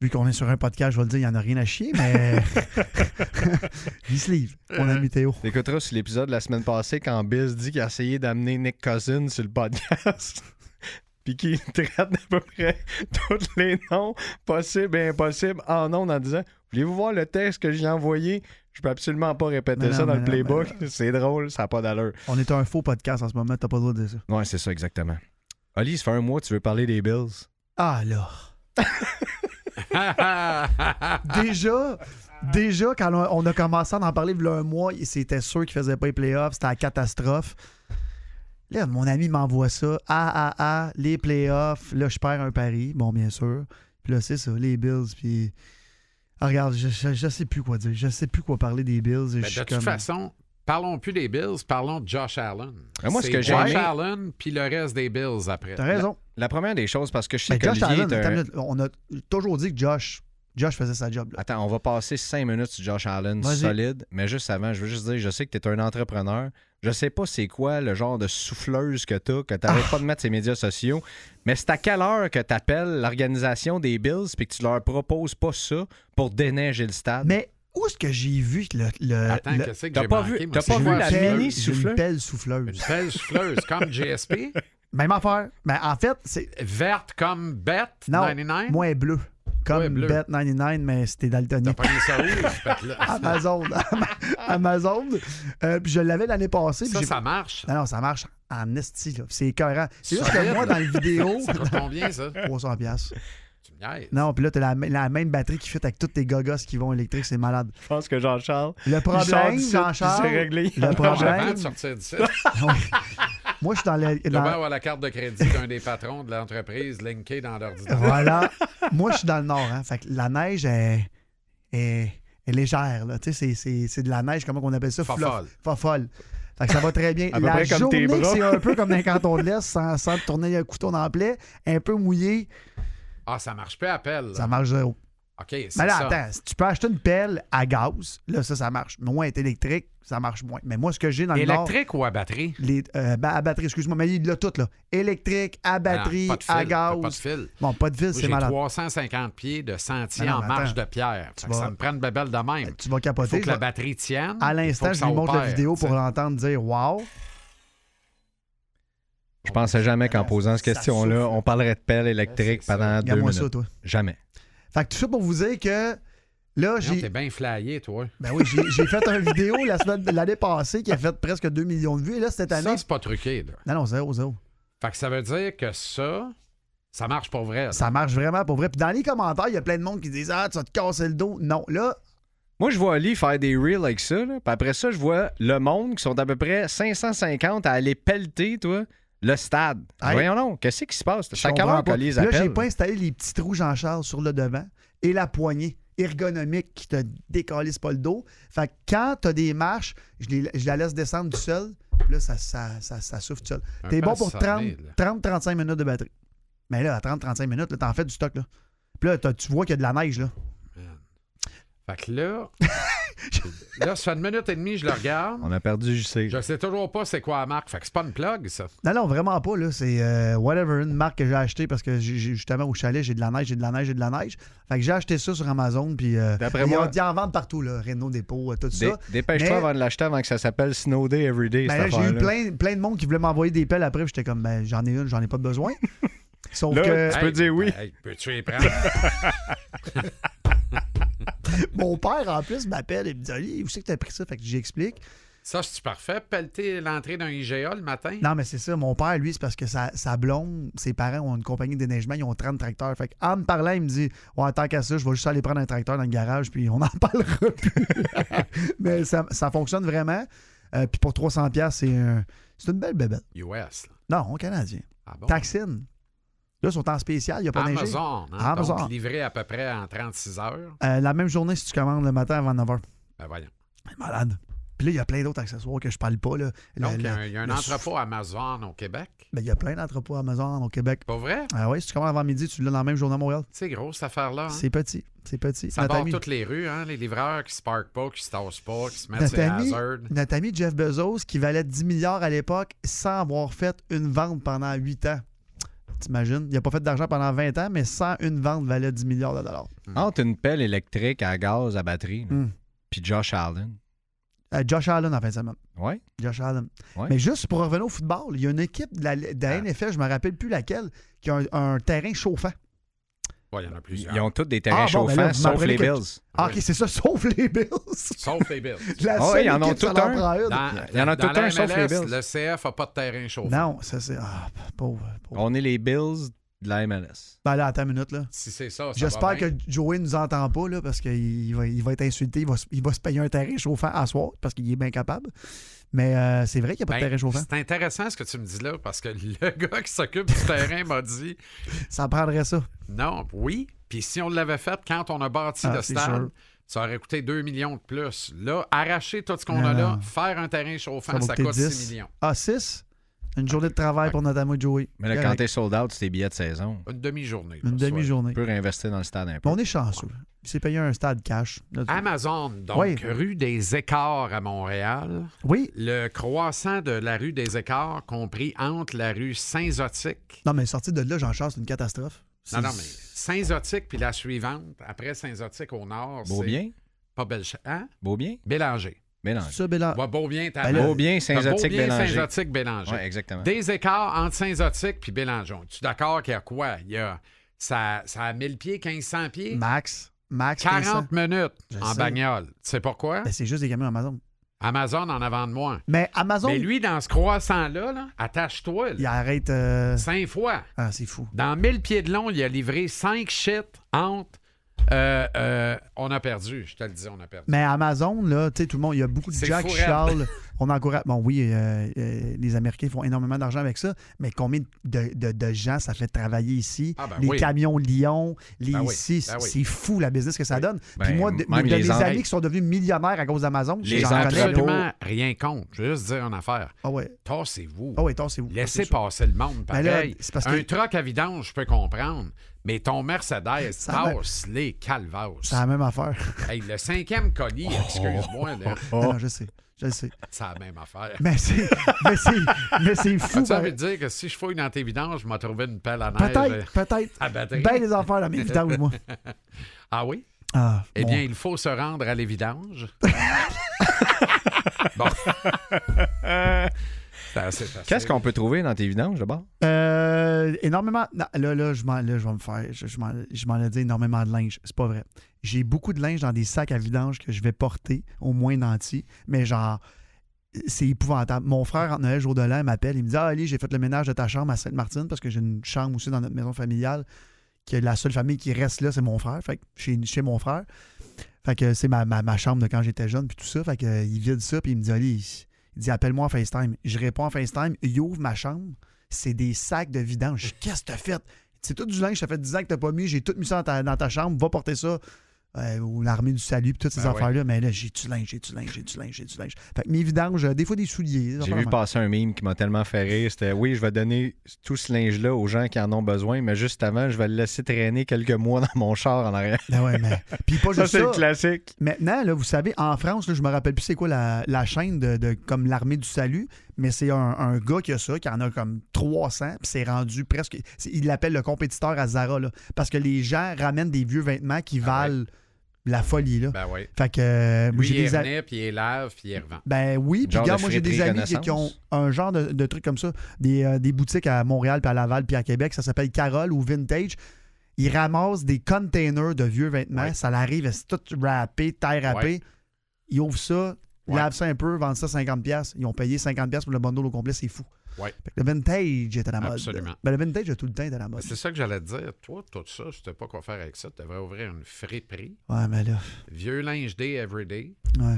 Speaker 4: vu qu'on est sur un podcast, je vais le dire, il n'y en a rien à chier, mais il se livre, mon ami Théo.
Speaker 3: T'écouteras sur l'épisode de la semaine passée quand Biz dit qu'il a essayé d'amener Nick Cousin sur le podcast. Puis qu'il traite d'à peu près tous les noms possibles et impossibles en nom en disant Voulez-vous voir le texte que j'ai envoyé Je peux absolument pas répéter
Speaker 4: Mais
Speaker 3: ça
Speaker 4: non,
Speaker 3: dans le
Speaker 4: mais non,
Speaker 3: playbook. C'est drôle, ça n'a pas d'allure.
Speaker 4: On est un faux podcast en ce moment, t'as pas le droit de dire ça.
Speaker 3: Ouais, c'est ça, exactement. Oli, ça fait un mois que tu veux parler des Bills.
Speaker 4: Ah là!
Speaker 5: ouais,
Speaker 4: Déjà, déjà, quand on on a commencé à en parler il y a un mois, c'était sûr qu'il faisait pas les playoffs, c'était la catastrophe. Là, mon ami m'envoie ça. Ah, ah, ah, les playoffs. Là, je perds un pari. Bon, bien sûr. Puis là, c'est ça, les Bills. Puis. Ah, regarde, je, je, je sais plus quoi dire. Je sais plus quoi parler des Bills. Et je
Speaker 5: Mais Ben, de
Speaker 4: suis
Speaker 5: toute
Speaker 4: comme-
Speaker 5: façon, parlons plus des Bills, parlons de Josh Allen.
Speaker 3: Mais moi, ce
Speaker 5: C'est
Speaker 3: que j'ai
Speaker 5: Josh
Speaker 3: aimé-
Speaker 5: Allen, puis le reste des Bills après.
Speaker 4: T'as raison.
Speaker 3: La première des choses, parce que je sais
Speaker 4: Mais
Speaker 3: que
Speaker 4: Ben, Josh Allen,
Speaker 3: est
Speaker 4: attends
Speaker 3: un-
Speaker 4: une minute, on a toujours dit que Josh, Josh faisait sa job. là.
Speaker 3: Attends, on va passer cinq minutes sur Josh Allen,
Speaker 4: Vas-y.
Speaker 3: solide. Mais juste avant, je veux juste dire, je sais que tu es un entrepreneur. Je sais pas c'est quoi le genre de souffleuse que t'as, que t'arrêtes
Speaker 4: Ah.
Speaker 3: pas de mettre sur les médias sociaux. Mais c'est à quelle heure que t'appelles l'organisation des Bills puis que tu leur proposes pas ça pour déneiger le stade?
Speaker 4: Mais où est-ce que j'ai vu le. le-
Speaker 5: Attends,
Speaker 4: Euh, le-
Speaker 5: qu'est-ce que
Speaker 3: t'as
Speaker 5: j'ai
Speaker 3: pas
Speaker 5: manqué?
Speaker 3: vu-
Speaker 5: moi,
Speaker 3: t'as
Speaker 5: c'est
Speaker 3: pas
Speaker 5: une
Speaker 3: vu
Speaker 4: J'ai
Speaker 3: la
Speaker 5: pelle-
Speaker 4: pelle-
Speaker 3: mini
Speaker 4: j'ai une
Speaker 3: souffleuse?
Speaker 4: pelle
Speaker 5: Une
Speaker 4: souffleuse.
Speaker 5: pelle souffleuse, comme GSP,
Speaker 4: Même affaire. Mais en fait, c'est.
Speaker 5: verte comme Bette
Speaker 4: Non,
Speaker 5: 99.
Speaker 4: moi est bleu. Comme
Speaker 5: Ouais, Hein? bleu.
Speaker 4: Bet99, mais c'était
Speaker 5: T'as
Speaker 4: daltonien.
Speaker 5: pas mis ça où, ce
Speaker 4: Ah,
Speaker 5: pelle-là?
Speaker 4: Amazon. Amazon. Euh, puis je l'avais l'année passée. puis
Speaker 5: Ça,
Speaker 4: j'ai- Ah
Speaker 5: ça marche.
Speaker 4: Non, non, ça marche en esti, là. C'est écœurant. C'est juste
Speaker 5: Solide.
Speaker 4: que moi, dans le vidéo...
Speaker 5: Ça coûte combien, ça?
Speaker 4: 300 piastres.
Speaker 5: Tu me niaises.
Speaker 4: Non, puis là, t'as la, la même batterie qui fit avec toutes tes gogosses qui vont électriques, c'est malade.
Speaker 3: Je pense que Jean-Charles.
Speaker 4: Le problème,
Speaker 3: d'ici,
Speaker 4: Jean-Charles...
Speaker 3: puis c'est réglé.
Speaker 4: Le
Speaker 5: Non, avant
Speaker 4: problème...
Speaker 5: de sortir d'ici.
Speaker 4: moi, je suis dans le...
Speaker 5: Il doit
Speaker 4: dans-
Speaker 5: bien avoir la carte de crédit d'un des patrons de l'entreprise linké dans l'ordinateur.
Speaker 4: Voilà. Moi, je suis dans le nord. Hein. Fait que la neige est, est, est légère. là. Tu sais, c'est- c'est c'est de la neige, comment on appelle ça?
Speaker 5: Fofolle.
Speaker 4: Fluff. Fofolle. Fait que ça va très bien.
Speaker 3: À peu
Speaker 4: la
Speaker 3: près comme tes
Speaker 4: journée, que
Speaker 3: bras.
Speaker 4: c'est un peu comme dans le canton de l'Est, sans, sans te tourner un couteau dans la plaie, un peu mouillé,
Speaker 5: Ah, ça marche pas à pelle.
Speaker 4: ça marche zéro.
Speaker 5: OK, c'est
Speaker 4: Mais là,
Speaker 5: ça.
Speaker 4: attends, si tu peux acheter une pelle à gaz, là, ça, ça marche. Mais moi, être électrique, ça marche moins. Mais moi, ce que j'ai dans le nord...
Speaker 5: Électrique ou à batterie?
Speaker 4: Les, euh, ba- à batterie, excuse-moi, mais il l'a tout, là. Électrique, à batterie,
Speaker 5: Ah, pas de fil,
Speaker 4: à
Speaker 5: t'as
Speaker 4: gaz.
Speaker 5: Pas de fil.
Speaker 4: Bon, pas de vis,
Speaker 5: Moi,
Speaker 4: c'est
Speaker 5: J'ai
Speaker 4: malade.
Speaker 5: 350 pieds de sentier
Speaker 4: Mais non,
Speaker 5: en
Speaker 4: mais
Speaker 5: marche
Speaker 4: attends.
Speaker 5: de pierre. Fait que
Speaker 4: vas- Ben,
Speaker 5: Ça me prend une bébelle de même.
Speaker 4: Tu vas
Speaker 5: Il
Speaker 4: capoter.
Speaker 5: faut que
Speaker 4: là.
Speaker 5: la batterie tienne.
Speaker 4: À
Speaker 5: il faut
Speaker 4: l'instant,
Speaker 5: que
Speaker 4: je
Speaker 5: ça
Speaker 4: lui montre la
Speaker 5: opère,
Speaker 4: vidéo pour
Speaker 5: t'sais.
Speaker 4: l'entendre dire Wow.
Speaker 3: Je pensais jamais qu'en posant cette
Speaker 4: Ça
Speaker 3: question-là,
Speaker 4: souffle.
Speaker 3: on parlerait de pelle électrique
Speaker 5: Ouais, c'est ça.
Speaker 3: pendant deux
Speaker 4: Regarde-moi
Speaker 3: minutes.
Speaker 4: ça, toi.
Speaker 3: Jamais.
Speaker 4: Fait que tout ça pour vous dire que là,
Speaker 5: Non, T'es
Speaker 4: j'ai.
Speaker 5: bien flyé, toi.
Speaker 4: Ben oui, j'ai j'ai fait une vidéo la semaine- l'année passée qui a fait presque 2 millions de vues. Et là, cette année.
Speaker 5: Ça, c'est pas truqué. Là.
Speaker 4: non, non, zéro, zéro.
Speaker 5: Fait que ça veut dire que ça, ça marche pour vrai. là.
Speaker 4: Ça marche vraiment pour vrai. Puis dans les commentaires, il y a plein de monde qui disent Ah, tu vas te casser le dos. Non, là,
Speaker 3: Moi, je vois Ali faire des reels avec ça. là. Puis après ça, je vois le monde qui sont à peu près 550 à aller pelleter, toi, le stade.
Speaker 4: Hey.
Speaker 3: Voyons donc, qu'est-ce qui se passe?
Speaker 4: je
Speaker 3: C'est à quelle
Speaker 4: comprends
Speaker 3: heure
Speaker 4: pas.
Speaker 3: qu'Oli les
Speaker 4: Là, j'ai
Speaker 3: appelle?
Speaker 4: pas installé les petites roues Jean-Charles sur le devant et la poignée ergonomique qui te décalisse pas le dos. Fait que quand t'as des marches, je, les- je la laisse descendre du sol. Puis Là, ça, ça, ça, ça souffle du sol.
Speaker 5: Un
Speaker 4: T'es
Speaker 5: peu
Speaker 4: bon pour 30,
Speaker 5: sonné, là.
Speaker 4: 30-35 minutes de batterie. Mais là, à 30-35 minutes, là, t'en fais du stock. Là. Puis là, t'as- tu vois qu'il y a de la neige. Là.
Speaker 5: Man. Fait que là, là, ça fait une minute et demie, je le regarde.
Speaker 3: On a perdu JC.
Speaker 5: Je sais toujours pas c'est quoi la marque. Fait que c'est pas une plug, ça.
Speaker 4: Non, non, vraiment pas. là. C'est euh, whatever, une marque que j'ai achetée parce que j'ai- j'ai- justement au chalet, j'ai de la neige, j'ai de la neige, j'ai de la neige. Fait que j'ai acheté ça sur Amazon. Puis euh,
Speaker 3: D'après
Speaker 4: ils
Speaker 3: moi-
Speaker 4: en- ils en vendent partout, là. Renault Dépôt, euh, tout
Speaker 3: Dé-
Speaker 4: ça.
Speaker 3: Dépêche-toi
Speaker 4: Mais-
Speaker 3: avant de l'acheter avant que ça s'appelle Snow Day Everyday. cette
Speaker 4: Ben là, j'ai eu
Speaker 3: affaire-là.
Speaker 4: plein, plein de monde qui voulait m'envoyer des pelles après. puis J'étais comme, ben, j'en ai une, j'en ai pas besoin. Sauf
Speaker 3: Là,
Speaker 4: que
Speaker 3: Tu peux dire oui.
Speaker 5: ben, hey, peux-tu les prendre?
Speaker 4: mon père, en plus, m'appelle et me dit, Oli, où c'est que t'as pris ça? Fait que j'explique.
Speaker 5: ça, c'est parfait. Pelleter l'entrée d'un IGA le matin.
Speaker 4: Non, mais c'est ça. Mon père, lui, c'est parce que sa, sa blonde, ses parents ont une compagnie de déneigement, ils ont 30 tracteurs. Fait que, en me parlant, il me dit Ouais, tant qu'à ça, je vais juste aller prendre un tracteur dans le garage, puis on n'en parlera plus. mais ça, ça fonctionne vraiment. Euh, puis pour 300$, c'est un- c'est une belle bébête.
Speaker 5: US. là.
Speaker 4: Non, Canadien.
Speaker 5: Ah bon?
Speaker 4: Taxine. Là, ils sont en spécial, il n'y a pas neigé.
Speaker 5: Amazon. hein,
Speaker 4: Amazon.
Speaker 5: Donc, livré à peu près en 36 heures.
Speaker 4: Euh, la même journée, si tu commandes le matin avant 9h.
Speaker 5: Ben, voyons.
Speaker 4: Malade. Puis là, il y a plein d'autres accessoires que je parle pas. Là. Le-
Speaker 5: Donc, il y a
Speaker 4: le-
Speaker 5: un, il y a un
Speaker 4: le souffle-
Speaker 5: entrepôt Amazon au Québec.
Speaker 4: Ben, il y a plein d'entrepôts Amazon au Québec.
Speaker 5: Pas vrai?
Speaker 4: Ah ouais, si tu commandes avant midi, tu l'as dans la même journée à Montréal.
Speaker 5: C'est gros, cette affaire-là. hein?
Speaker 4: C'est petit, c'est petit.
Speaker 5: Ça
Speaker 4: notre,
Speaker 5: barre
Speaker 4: ami,
Speaker 5: toutes les rues, hein? les livreurs qui se parquent pas, qui se tassent pas, qui se mettent
Speaker 4: notre
Speaker 5: sur les
Speaker 4: ami-
Speaker 5: hazards.
Speaker 4: notre ami Jeff Bezos, qui valait 10 milliards à l'époque sans avoir fait une vente pendant 8 ans. T'imagines? Il n'a pas fait d'argent pendant 20 ans, mais sans une vente valait 10 milliards de dollars.
Speaker 3: Entre une pelle électrique à gaz à batterie, là,
Speaker 4: Mm.
Speaker 3: puis Josh Allen.
Speaker 4: Euh, Josh Allen en fin de semaine.
Speaker 3: Ouais.
Speaker 4: Josh Allen.
Speaker 3: Ouais.
Speaker 4: Mais juste pour revenir au football, il y a une équipe de la, de la
Speaker 5: Ah.
Speaker 4: NFL, je ne me rappelle plus laquelle, qui a un, un terrain chauffant.
Speaker 5: Ouais, il y en a plusieurs.
Speaker 3: Ils ont tous des terrains
Speaker 4: Ah, bon, ben
Speaker 3: chauffants,
Speaker 4: là, vous
Speaker 3: sauf
Speaker 4: m'apprenez
Speaker 3: les
Speaker 4: que-
Speaker 3: Bills.
Speaker 4: Ah,
Speaker 5: Oui.
Speaker 4: ok, c'est ça, sauf les Bills.
Speaker 5: Sauf les Bills.
Speaker 4: La
Speaker 3: Ah ouais,
Speaker 4: seule
Speaker 3: ils en ont
Speaker 4: équipe, ça
Speaker 3: tout
Speaker 4: leur
Speaker 3: un.
Speaker 4: prend une.
Speaker 5: Dans,
Speaker 3: Il y en a
Speaker 5: dans
Speaker 3: tout un
Speaker 5: la
Speaker 3: sauf les
Speaker 5: MLS,
Speaker 3: Bills.
Speaker 5: Le CF n'a pas de terrain chauffant.
Speaker 4: Non, ça c'est. Ah, pauvre. pauvre.
Speaker 3: On est les Bills de la MLS.
Speaker 4: Ben là, attends une minute, là.
Speaker 5: Si c'est ça, ça va
Speaker 4: J'espère que
Speaker 5: bien.
Speaker 4: Joey nous entend pas, là, parce qu'il va, il va être insulté. Il va, se- il va se payer un terrain chauffant à soir, parce qu'il est bien capable. Mais euh, c'est vrai qu'il n'y a pas
Speaker 5: Ben,
Speaker 4: de terrain chauffant.
Speaker 5: c'est intéressant ce que tu me dis là, parce que le gars qui s'occupe du terrain m'a dit
Speaker 4: Ça prendrait ça.
Speaker 5: non, oui. Puis si on l'avait fait quand on a bâti
Speaker 4: Ah,
Speaker 5: le
Speaker 4: c'est
Speaker 5: stade,
Speaker 4: sûr.
Speaker 5: ça aurait coûté 2 millions de plus. Là, arracher tout ce qu'on
Speaker 4: Non,
Speaker 5: a là,
Speaker 4: non.
Speaker 5: faire un terrain
Speaker 4: Ça
Speaker 5: chauffant,
Speaker 4: va
Speaker 5: ça,
Speaker 4: coûter
Speaker 5: coûte
Speaker 4: 10.
Speaker 5: 6 millions.
Speaker 4: Ah, 6 Une journée de travail pour notre ami Joey.
Speaker 3: Mais là, quand
Speaker 4: Correct.
Speaker 3: t'es sold out, c'est tes billets de saison.
Speaker 5: Une demi-journée.
Speaker 4: Une
Speaker 5: là, soit-
Speaker 3: Tu
Speaker 4: demi-journée.
Speaker 3: peux réinvestir dans le stade un peu.
Speaker 4: Mais on est chanceux. Il s'est payé un stade cash. Là, tu-
Speaker 5: Amazon, donc
Speaker 4: Oui.
Speaker 5: rue des Écarts à Montréal.
Speaker 4: Oui.
Speaker 5: Le croissant de la rue des Écarts, compris entre la rue Saint-Zotique.
Speaker 4: Non, mais sortir de là, jean charles c'est une catastrophe.
Speaker 5: Non, non, mais
Speaker 4: C'est-
Speaker 5: Saint-Zotique, puis la suivante, après Saint-Zotique au nord,
Speaker 3: Beau
Speaker 5: c'est
Speaker 3: bien?
Speaker 5: pas Belge- hein?
Speaker 3: Beau bien?
Speaker 5: Bélanger.
Speaker 3: Mélange.
Speaker 4: Ça, Bélan-
Speaker 5: Ouais, Beaubien, t'as
Speaker 4: Ben là-
Speaker 3: Beau bien, Saint-Zotique,
Speaker 5: Beaubien,
Speaker 3: Bélanger.
Speaker 5: Saint-Zotique, Bélanger.
Speaker 3: Ouais, exactement.
Speaker 5: Des écarts entre Saint-Zotique puis Bélanger. Tu es d'accord qu'il y a quoi? Il y a, ça, ça a 1000 pieds, 1500 pieds,
Speaker 4: Max. Max. 500.
Speaker 5: 40 minutes
Speaker 4: Je
Speaker 5: en
Speaker 4: sais.
Speaker 5: bagnole. Tu sais pourquoi?
Speaker 4: Ben, c'est juste des camions Amazon.
Speaker 5: Amazon en avant de moi.
Speaker 4: Mais Amazon,
Speaker 5: Mais lui, dans ce croissant-là, là, attache-toi, là,
Speaker 4: il arrête. euh,
Speaker 5: cinq fois.
Speaker 4: Ah, c'est fou.
Speaker 5: Dans 1000 pieds de long, il a livré cinq shit entre. euh, euh, on a perdu, je te le dis, on a perdu.
Speaker 4: Mais Amazon, là, tu sais, tout le monde, il y a beaucoup de
Speaker 5: C'est
Speaker 4: Jack
Speaker 5: fou,
Speaker 4: Charles. On encourage. Bon, oui, euh, euh, les Américains font énormément d'argent avec ça, mais combien de, de- de gens ça fait travailler ici?
Speaker 5: Ah, ben
Speaker 4: les
Speaker 5: oui.
Speaker 4: camions Lyon, les
Speaker 5: Ben oui,
Speaker 4: ici,
Speaker 5: ben oui.
Speaker 4: c'est fou la business que ça donne. Puis
Speaker 3: Ben,
Speaker 4: moi, de,
Speaker 3: même
Speaker 4: de
Speaker 3: les
Speaker 4: mes
Speaker 3: en-
Speaker 4: amis qui sont devenus millionnaires à cause d'Amazon,
Speaker 3: Les
Speaker 4: j'en
Speaker 3: entrepôts-
Speaker 4: connais là.
Speaker 5: Absolument rien contre. Je veux juste dire une affaire.
Speaker 4: Ah ouais,
Speaker 5: Tassez-vous.
Speaker 4: ah ouais, toi, c'est vous.
Speaker 5: Laissez
Speaker 4: C'est sûr.
Speaker 5: passer le monde
Speaker 4: Ben
Speaker 5: pareil.
Speaker 4: là, c'est parce que-
Speaker 5: Un troc à vidange, je peux comprendre. Mais ton Mercedes,
Speaker 4: Ça m'a-
Speaker 5: passe les calvas.
Speaker 4: C'est la même affaire.
Speaker 5: Hey, le cinquième colis,
Speaker 4: Oh.
Speaker 5: excuse-moi, là,
Speaker 4: Non, je sais, je sais.
Speaker 5: c'est la même affaire.
Speaker 4: Oh. Mais c'est, mais c'est, mais c'est fou.
Speaker 5: Ça
Speaker 4: ben-
Speaker 5: veut dire que si je fouille dans tes vidanges, je m'en trouver une pelle à neige. euh,
Speaker 4: Peut-être, peut-être.
Speaker 5: à batterie.
Speaker 4: Ben les affaires dans mes vidanges, moi.
Speaker 5: Ah oui?
Speaker 4: Ah,
Speaker 5: Eh
Speaker 4: bon.
Speaker 5: bien, il faut se rendre à l'évidange. bon. C'est assez facile.
Speaker 3: Qu'est-ce qu'on peut trouver dans tes vidanges d'abord?
Speaker 4: Euh, énormément. non, là, là, je m'en, là, je vais me faire. Je, je m'en, je m'en ai dit énormément de linge. C'est pas vrai. J'ai beaucoup de linge dans des sacs à vidange que je vais porter, au moins d'anti. Mais genre, c'est épouvantable. Mon frère, en Noël, jour de l'an, il m'appelle. Il me dit Ah, Ali, j'ai fait le ménage de ta chambre à Sainte-Martine parce que j'ai une chambre aussi dans notre maison familiale. Que la seule famille qui reste là, c'est mon frère. Fait que chez, chez mon frère. Fait que c'est ma, ma, ma chambre de quand j'étais jeune, puis tout ça. Fait que, euh, il vide ça, puis il me dit Ali, il dit Appelle-moi en FaceTime. Je réponds en FaceTime. Il ouvre ma chambre c'est des sacs de vidange. Je dis, Qu'est-ce que t'as fait? C'est tout du linge, ça fait 10 ans que t'as pas mis, j'ai tout mis ça dans ta, dans ta chambre, va porter ça euh, ou l'armée du salut, puis toutes ces
Speaker 5: Ben oui.
Speaker 4: affaires-là. Mais là, j'ai du linge, j'ai du linge, j'ai du linge, j'ai du linge. Fait que mes vidanges, euh, des fois des souliers. des
Speaker 3: J'ai
Speaker 4: affaires
Speaker 3: vu
Speaker 4: de
Speaker 3: passer un meme qui m'a tellement fait rire. C'était oui, je vais donner tout ce linge-là aux gens qui en ont besoin, mais juste avant, je vais le laisser traîner quelques mois dans mon char en arrière.
Speaker 4: même. Ah ouais, mais. Puis pas
Speaker 3: Ça,
Speaker 4: juste
Speaker 3: c'est le
Speaker 4: ça.
Speaker 3: classique.
Speaker 4: Maintenant, là, vous savez, en France, là, je me rappelle plus c'est quoi la, la chaîne de, de- comme l'armée du salut, mais c'est un, un gars qui a ça, qui en a comme 300, puis c'est rendu presque. c'est- Il l'appelle le compétiteur à Zara, là, parce que les gens ramènent des vieux vêtements qui
Speaker 5: Ah ouais.
Speaker 4: valent la folie. Là.
Speaker 5: Ben oui.
Speaker 4: fait que euh, moi,
Speaker 5: Lui,
Speaker 4: j'ai
Speaker 5: il
Speaker 4: des a-
Speaker 5: revenait, puis il lave, puis il revend.
Speaker 4: Ben oui, puis
Speaker 3: Genre
Speaker 4: regarde,
Speaker 3: de
Speaker 4: moi j'ai des
Speaker 3: friterie
Speaker 4: amis qui, qui ont
Speaker 3: Renaissance.
Speaker 4: un genre de, de truc comme ça, des, euh, des boutiques à Montréal, puis à Laval, puis à Québec, ça s'appelle Carole ou Vintage. Ils ramassent des containers de vieux vêtements,
Speaker 5: Ouais.
Speaker 4: ça l'arrive, c'est tout râpé, taille râpée.
Speaker 5: Ouais.
Speaker 4: Ils ouvrent ça,
Speaker 5: Ouais.
Speaker 4: lavent ça un peu, vendent ça 50$. piastres. Ils ont payé 50$ piastres pour le bundle au complet, c'est fou.
Speaker 5: Ouais.
Speaker 4: Fait que le vintage est à la mode.
Speaker 5: Absolument. Ben,
Speaker 4: Ben, le vintage a tout le temps été à la mode.
Speaker 5: C'est ça que j'allais te dire. Toi, tout ça, je sais pas quoi faire avec ça. Tu devrais ouvrir une friperie.
Speaker 4: Ouais, mais là,
Speaker 5: Vieux linge day everyday.
Speaker 4: ouais.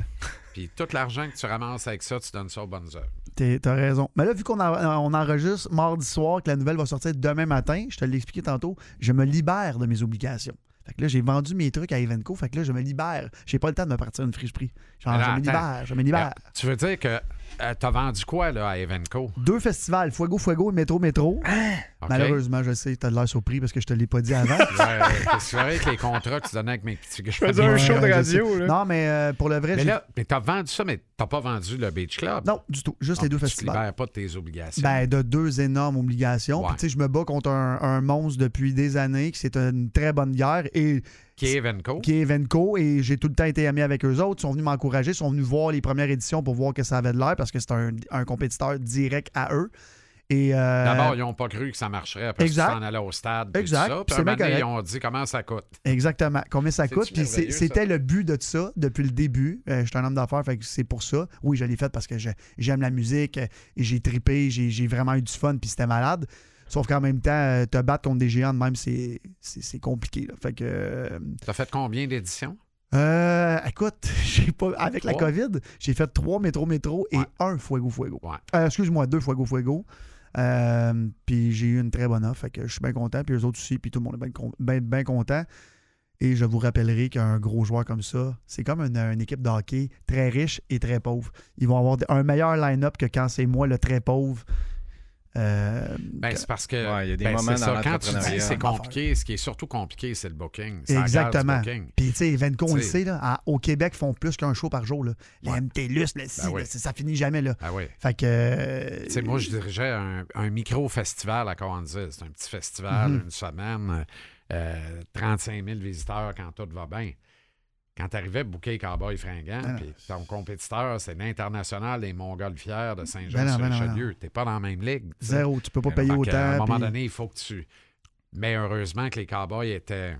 Speaker 5: Puis tout l'argent que tu ramasses avec ça, tu donnes ça aux bonnes œuvres.
Speaker 4: T'es- T'as raison. Mais là, vu qu'on en- on enregistre mardi soir, que la nouvelle va sortir demain matin, je te l'ai expliqué tantôt, je me libère de mes obligations. Fait que là, j'ai vendu mes trucs à Evenco, fait que là, je me libère. J'ai pas le temps de me partir une fricherie. Genre,
Speaker 5: Mais là,
Speaker 4: je me
Speaker 5: Ah, attends.
Speaker 4: libère, je me libère.
Speaker 5: Euh, tu veux dire que euh, t'as vendu quoi là, à Evenco?
Speaker 4: Deux festivals, Fuego Fuego et Métro Métro.
Speaker 5: Ah, OK?
Speaker 4: Malheureusement, je sais, t'as de l'air surpris parce que je te l'ai pas dit avant.
Speaker 5: Ouais, Qu'est-ce que avec les contrats que tu donnais avec mes petits gars?
Speaker 3: faisais un
Speaker 4: Ouais,
Speaker 3: show de
Speaker 4: ouais, je
Speaker 3: radio,
Speaker 4: sais.
Speaker 3: là.
Speaker 4: Non, mais euh, pour le vrai,
Speaker 5: Mais
Speaker 4: j'ai-
Speaker 5: là, mais t'as vendu ça, mais t'as pas vendu le Beach Club.
Speaker 4: non, du tout. Juste les deux
Speaker 5: Donc, Ah, Tu te
Speaker 4: festivals.
Speaker 5: libères pas de tes obligations.
Speaker 4: Ben, de deux énormes obligations.
Speaker 5: Ouais.
Speaker 4: Puis, tu sais, je me bats contre un, un monstre depuis des années, que c'est une très bonne guerre. Et
Speaker 5: qui est Evenco?
Speaker 4: qui est Venco, et j'ai tout le temps été ami avec eux autres. Ils sont venus m'encourager, ils sont venus voir les premières éditions pour voir que ça avait de l'air parce que c'est un, un compétiteur direct à eux. Et euh,
Speaker 5: D'abord, ils n'ont pas cru que ça marcherait après
Speaker 4: exact.
Speaker 5: que tu t'en allais au stade. puis
Speaker 4: Exact.
Speaker 5: tout ça.
Speaker 4: Puis
Speaker 5: Puis
Speaker 4: c'est
Speaker 5: à
Speaker 4: bien
Speaker 5: un moment donné, ils
Speaker 4: correct.
Speaker 5: ont dit comment ça coûte.
Speaker 4: exactement, combien ça
Speaker 5: C'est-tu
Speaker 4: coûte. Puis c'est-
Speaker 5: merveilleux, ça?
Speaker 4: c'était le but de ça depuis le début. Euh, je suis un homme d'affaires, fait que c'est pour ça. Oui, je l'ai fait parce que je- j'aime la musique, euh, et j'ai trippé, j'ai j'ai vraiment eu du fun, puis c'était malade. Sauf qu'en même temps, euh, te battre contre des géants de même, c'est c'est- c'est compliqué. là. Fait que. euh,
Speaker 5: T'as fait combien d'éditions?
Speaker 4: Euh, écoute, j'ai pas. Avec la
Speaker 5: Trois.
Speaker 4: COVID, j'ai fait trois métro métro et
Speaker 5: Ouais.
Speaker 4: un fuego fuego.
Speaker 5: Ouais.
Speaker 4: Euh, Excuse-moi, deux fuego fuego. Euh, puis j'ai eu une très bonne offre, fait que je suis bien content. Puis eux autres aussi, puis tout le monde est bien con- bien bien content. Et je vous rappellerai qu'un gros joueur comme ça, c'est comme une, une équipe de hockey très riche et très pauvre. Ils vont avoir un meilleur line-up que quand c'est moi le très pauvre. Euh,
Speaker 5: Ben, c'est parce que
Speaker 3: Ouais, il y a des
Speaker 5: ben,
Speaker 3: moments
Speaker 5: c'est
Speaker 3: dans
Speaker 5: ça. quand tu dis
Speaker 3: l'entrepreneuriat.
Speaker 5: c'est compliqué, ce qui est surtout compliqué, c'est le booking. C'est la guerre du
Speaker 4: Exactement.
Speaker 5: booking.
Speaker 4: Puis, tu sais, Venco, on le
Speaker 5: T'sais.
Speaker 4: sait, là, à- au Québec, ils font plus qu'un show par jour. Là. Les
Speaker 5: Ouais.
Speaker 4: MTLUS, le ci,
Speaker 5: Ben oui.
Speaker 4: le ci, ça finit jamais. Là.
Speaker 5: Ah oui.
Speaker 4: Fait que. euh,
Speaker 5: Tu sais, moi, je dirigeais un, un micro-festival à Kansas. C'est un petit festival,
Speaker 4: Mhm.
Speaker 5: une semaine, euh, 35 000 visiteurs quand tout va bien. Quand t'arrivais, bouquet cowboy fringant,
Speaker 4: Ben non.
Speaker 5: puis ton compétiteur, c'est l'international des montgolfières de
Speaker 4: Ben non, ben
Speaker 5: Saint-Jean-sur-Richelieu. T'es pas dans la même ligue. tu sais.
Speaker 4: Zéro, tu peux pas
Speaker 5: Mais
Speaker 4: payer
Speaker 5: donc,
Speaker 4: autant.
Speaker 5: Ben, À un moment
Speaker 4: puis-
Speaker 5: donné, il faut que tu. Mais heureusement que les cowboys étaient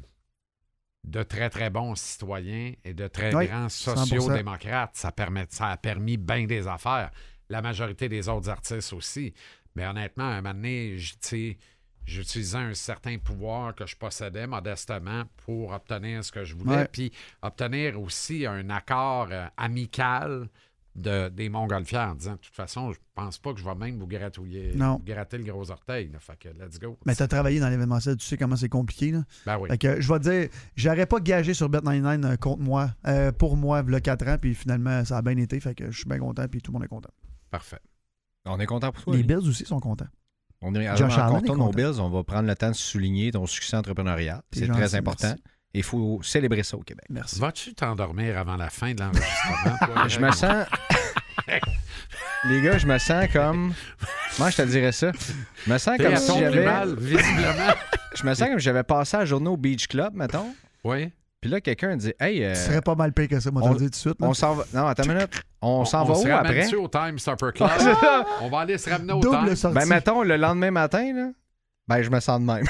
Speaker 5: de très, très bons citoyens et de très
Speaker 4: Oui,
Speaker 5: grands
Speaker 4: 100%.
Speaker 5: sociodémocrates. Ça, permet, ça a permis bien des affaires. La majorité des autres artistes aussi. Mais honnêtement, à un moment donné, j- tu sais, j'utilisais un certain pouvoir que je possédais modestement pour obtenir ce que je voulais,
Speaker 4: Ouais.
Speaker 5: puis obtenir aussi un accord euh, amical de, des montgolfières en disant, de toute façon, je pense pas que je vais même vous gratouiller,
Speaker 4: Non.
Speaker 5: vous gratter le gros orteil. là. fait que let's go.
Speaker 4: Mais t'as travaillé dans l'événementiel, tu sais comment c'est compliqué. Là.
Speaker 5: Ben oui.
Speaker 4: Fait que je vais te dire, j'aurais pas gagé sur Bet99 euh, contre moi, euh, pour moi, le 4 ans, puis finalement, ça a bien été. Fait que je suis bien content, puis tout le monde est content.
Speaker 5: Parfait.
Speaker 3: On est content pour toi.
Speaker 4: les
Speaker 3: Oli.
Speaker 4: Bills aussi sont contents.
Speaker 3: On est alors,
Speaker 4: Josh Allen
Speaker 3: encore
Speaker 4: est
Speaker 3: tourne aux
Speaker 4: content.
Speaker 3: Bills. On va prendre le temps de souligner ton succès entrepreneurial.
Speaker 4: T'es
Speaker 3: C'est
Speaker 4: gentil,
Speaker 3: très important.
Speaker 4: merci.
Speaker 3: Il faut célébrer ça au Québec.
Speaker 4: Merci.
Speaker 5: Vas-tu t'endormir avant la fin de l'enregistrement? toi, Eric?
Speaker 3: Ah, Je me sens. Les gars, je me sens comme. Moi, je te dirais ça. Je me sens
Speaker 5: T'es
Speaker 3: comme
Speaker 5: à
Speaker 3: si
Speaker 5: ton plus
Speaker 3: j'avais.
Speaker 5: mal, visiblement.
Speaker 3: Je me sens comme si j'avais passé la journée au Beach Club, mettons.
Speaker 5: oui.
Speaker 3: Puis là, quelqu'un dit Hey, euh,
Speaker 4: Tu serais pas mal payé que ça, moi, te
Speaker 3: on-
Speaker 4: le dire tout de suite. là.
Speaker 3: on s'en va. Non, attends une minute. On, s'en va
Speaker 5: se
Speaker 3: où
Speaker 5: ramène
Speaker 3: après?
Speaker 5: au Time Supper Club?
Speaker 3: c'est ça.
Speaker 5: on va aller se ramener au
Speaker 4: Double
Speaker 5: Time.
Speaker 4: sortie.
Speaker 3: Ben, mettons, le lendemain matin, là, ben, je me sens de même.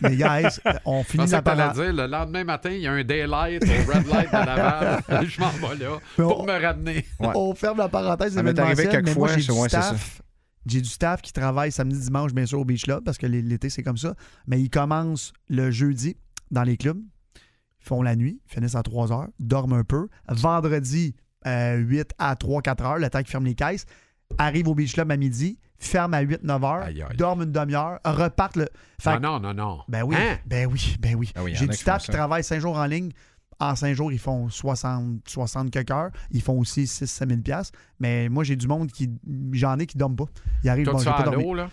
Speaker 4: Mais guys, on
Speaker 5: Je
Speaker 4: finit
Speaker 5: pensais
Speaker 4: la
Speaker 5: que t'allais
Speaker 4: parade.
Speaker 5: dire, le lendemain matin, il y a un daylight au red light de Laval. je m'en vais là
Speaker 4: Mais on-
Speaker 5: pour me ramener.
Speaker 3: Ouais.
Speaker 4: On ferme la parenthèse
Speaker 3: Ça m'est arrivé
Speaker 4: événementielle, mais
Speaker 3: quelquefois,
Speaker 4: moi, j'ai du
Speaker 3: c'est- ouais, c'est
Speaker 4: staff. J'ai du staff qui travaille samedi, dimanche, bien sûr, au Beach Club, parce que l- l'été, c'est comme ça. Mais ils commencent le jeudi dans les clubs, ils font la nuit, ils finissent à 3 heures, dorment un peu. Vendredi, euh, 8 à 3, 4 heures, le temps qu'ils ferment les caisses, arrivent au Beach Club à midi, ferment à 8, 9 heures,
Speaker 5: Aïe, aïe.
Speaker 4: dorment une demi-heure, repartent le. Fait que-
Speaker 5: Ah Non, non, non, non.
Speaker 4: ben oui,
Speaker 5: Hein?
Speaker 4: ben oui, ben oui.
Speaker 3: Ah oui, y en
Speaker 4: J'ai
Speaker 3: a
Speaker 4: du
Speaker 3: qui font
Speaker 4: staff qui
Speaker 3: ça.
Speaker 4: travaille 5 jours en ligne En cinq jours, ils font 60, 60 quelques heures. Ils font aussi 6-7 000 piastres. Mais moi, j'ai du monde qui. J'en ai qui dorment pas. Ils arrivent,
Speaker 5: Toi,
Speaker 4: bon,
Speaker 5: tu
Speaker 4: j'ai
Speaker 5: vas
Speaker 4: pas
Speaker 5: à
Speaker 4: dormi.
Speaker 5: l'eau, là?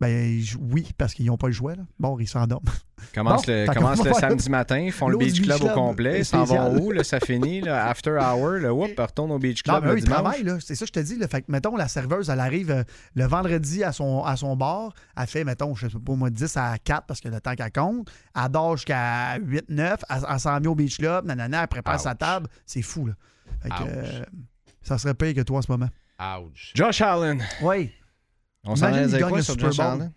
Speaker 4: Ben, j- oui, parce qu'ils n'ont pas le jouet. Là. Bon, ils s'endorment.
Speaker 3: Commence
Speaker 4: Bon,
Speaker 3: le,
Speaker 4: fait qu'on
Speaker 3: commence
Speaker 4: va
Speaker 3: le
Speaker 4: faire
Speaker 3: samedi matin, ils font le
Speaker 4: l'eau du
Speaker 3: beach
Speaker 4: beach
Speaker 3: club au
Speaker 4: club
Speaker 3: complet, ils s'en vont
Speaker 4: spécial.
Speaker 3: où, là, ça finit, là, after hour, le whoop, retourne au beach
Speaker 4: Non,
Speaker 3: club
Speaker 4: mais eux,
Speaker 3: le
Speaker 4: ils
Speaker 3: dimanche.
Speaker 4: travaillent, là. C'est ça, que je te dis. Là. Fait que, mettons, la serveuse, elle arrive euh, le vendredi à son, à son bar. Elle fait, mettons, je sais pas, moi, 10 à 4 parce que le temps qu'elle compte. Elle dort jusqu'à 8, 9. Elle, elle s'en met au beach club. Nanana, elle prépare sa
Speaker 5: Ouch.
Speaker 4: table. C'est fou, là. Fait que,
Speaker 5: Ouch.
Speaker 4: euh, ça serait pire que toi en ce moment. Ben,
Speaker 5: Ouch.
Speaker 3: Josh Allen.
Speaker 4: Oui.
Speaker 3: On s'en
Speaker 4: Imagine,
Speaker 3: est
Speaker 4: il gagne
Speaker 3: quoi
Speaker 4: le
Speaker 3: sur
Speaker 4: Super
Speaker 3: Josh
Speaker 4: Bowl.
Speaker 3: Allen?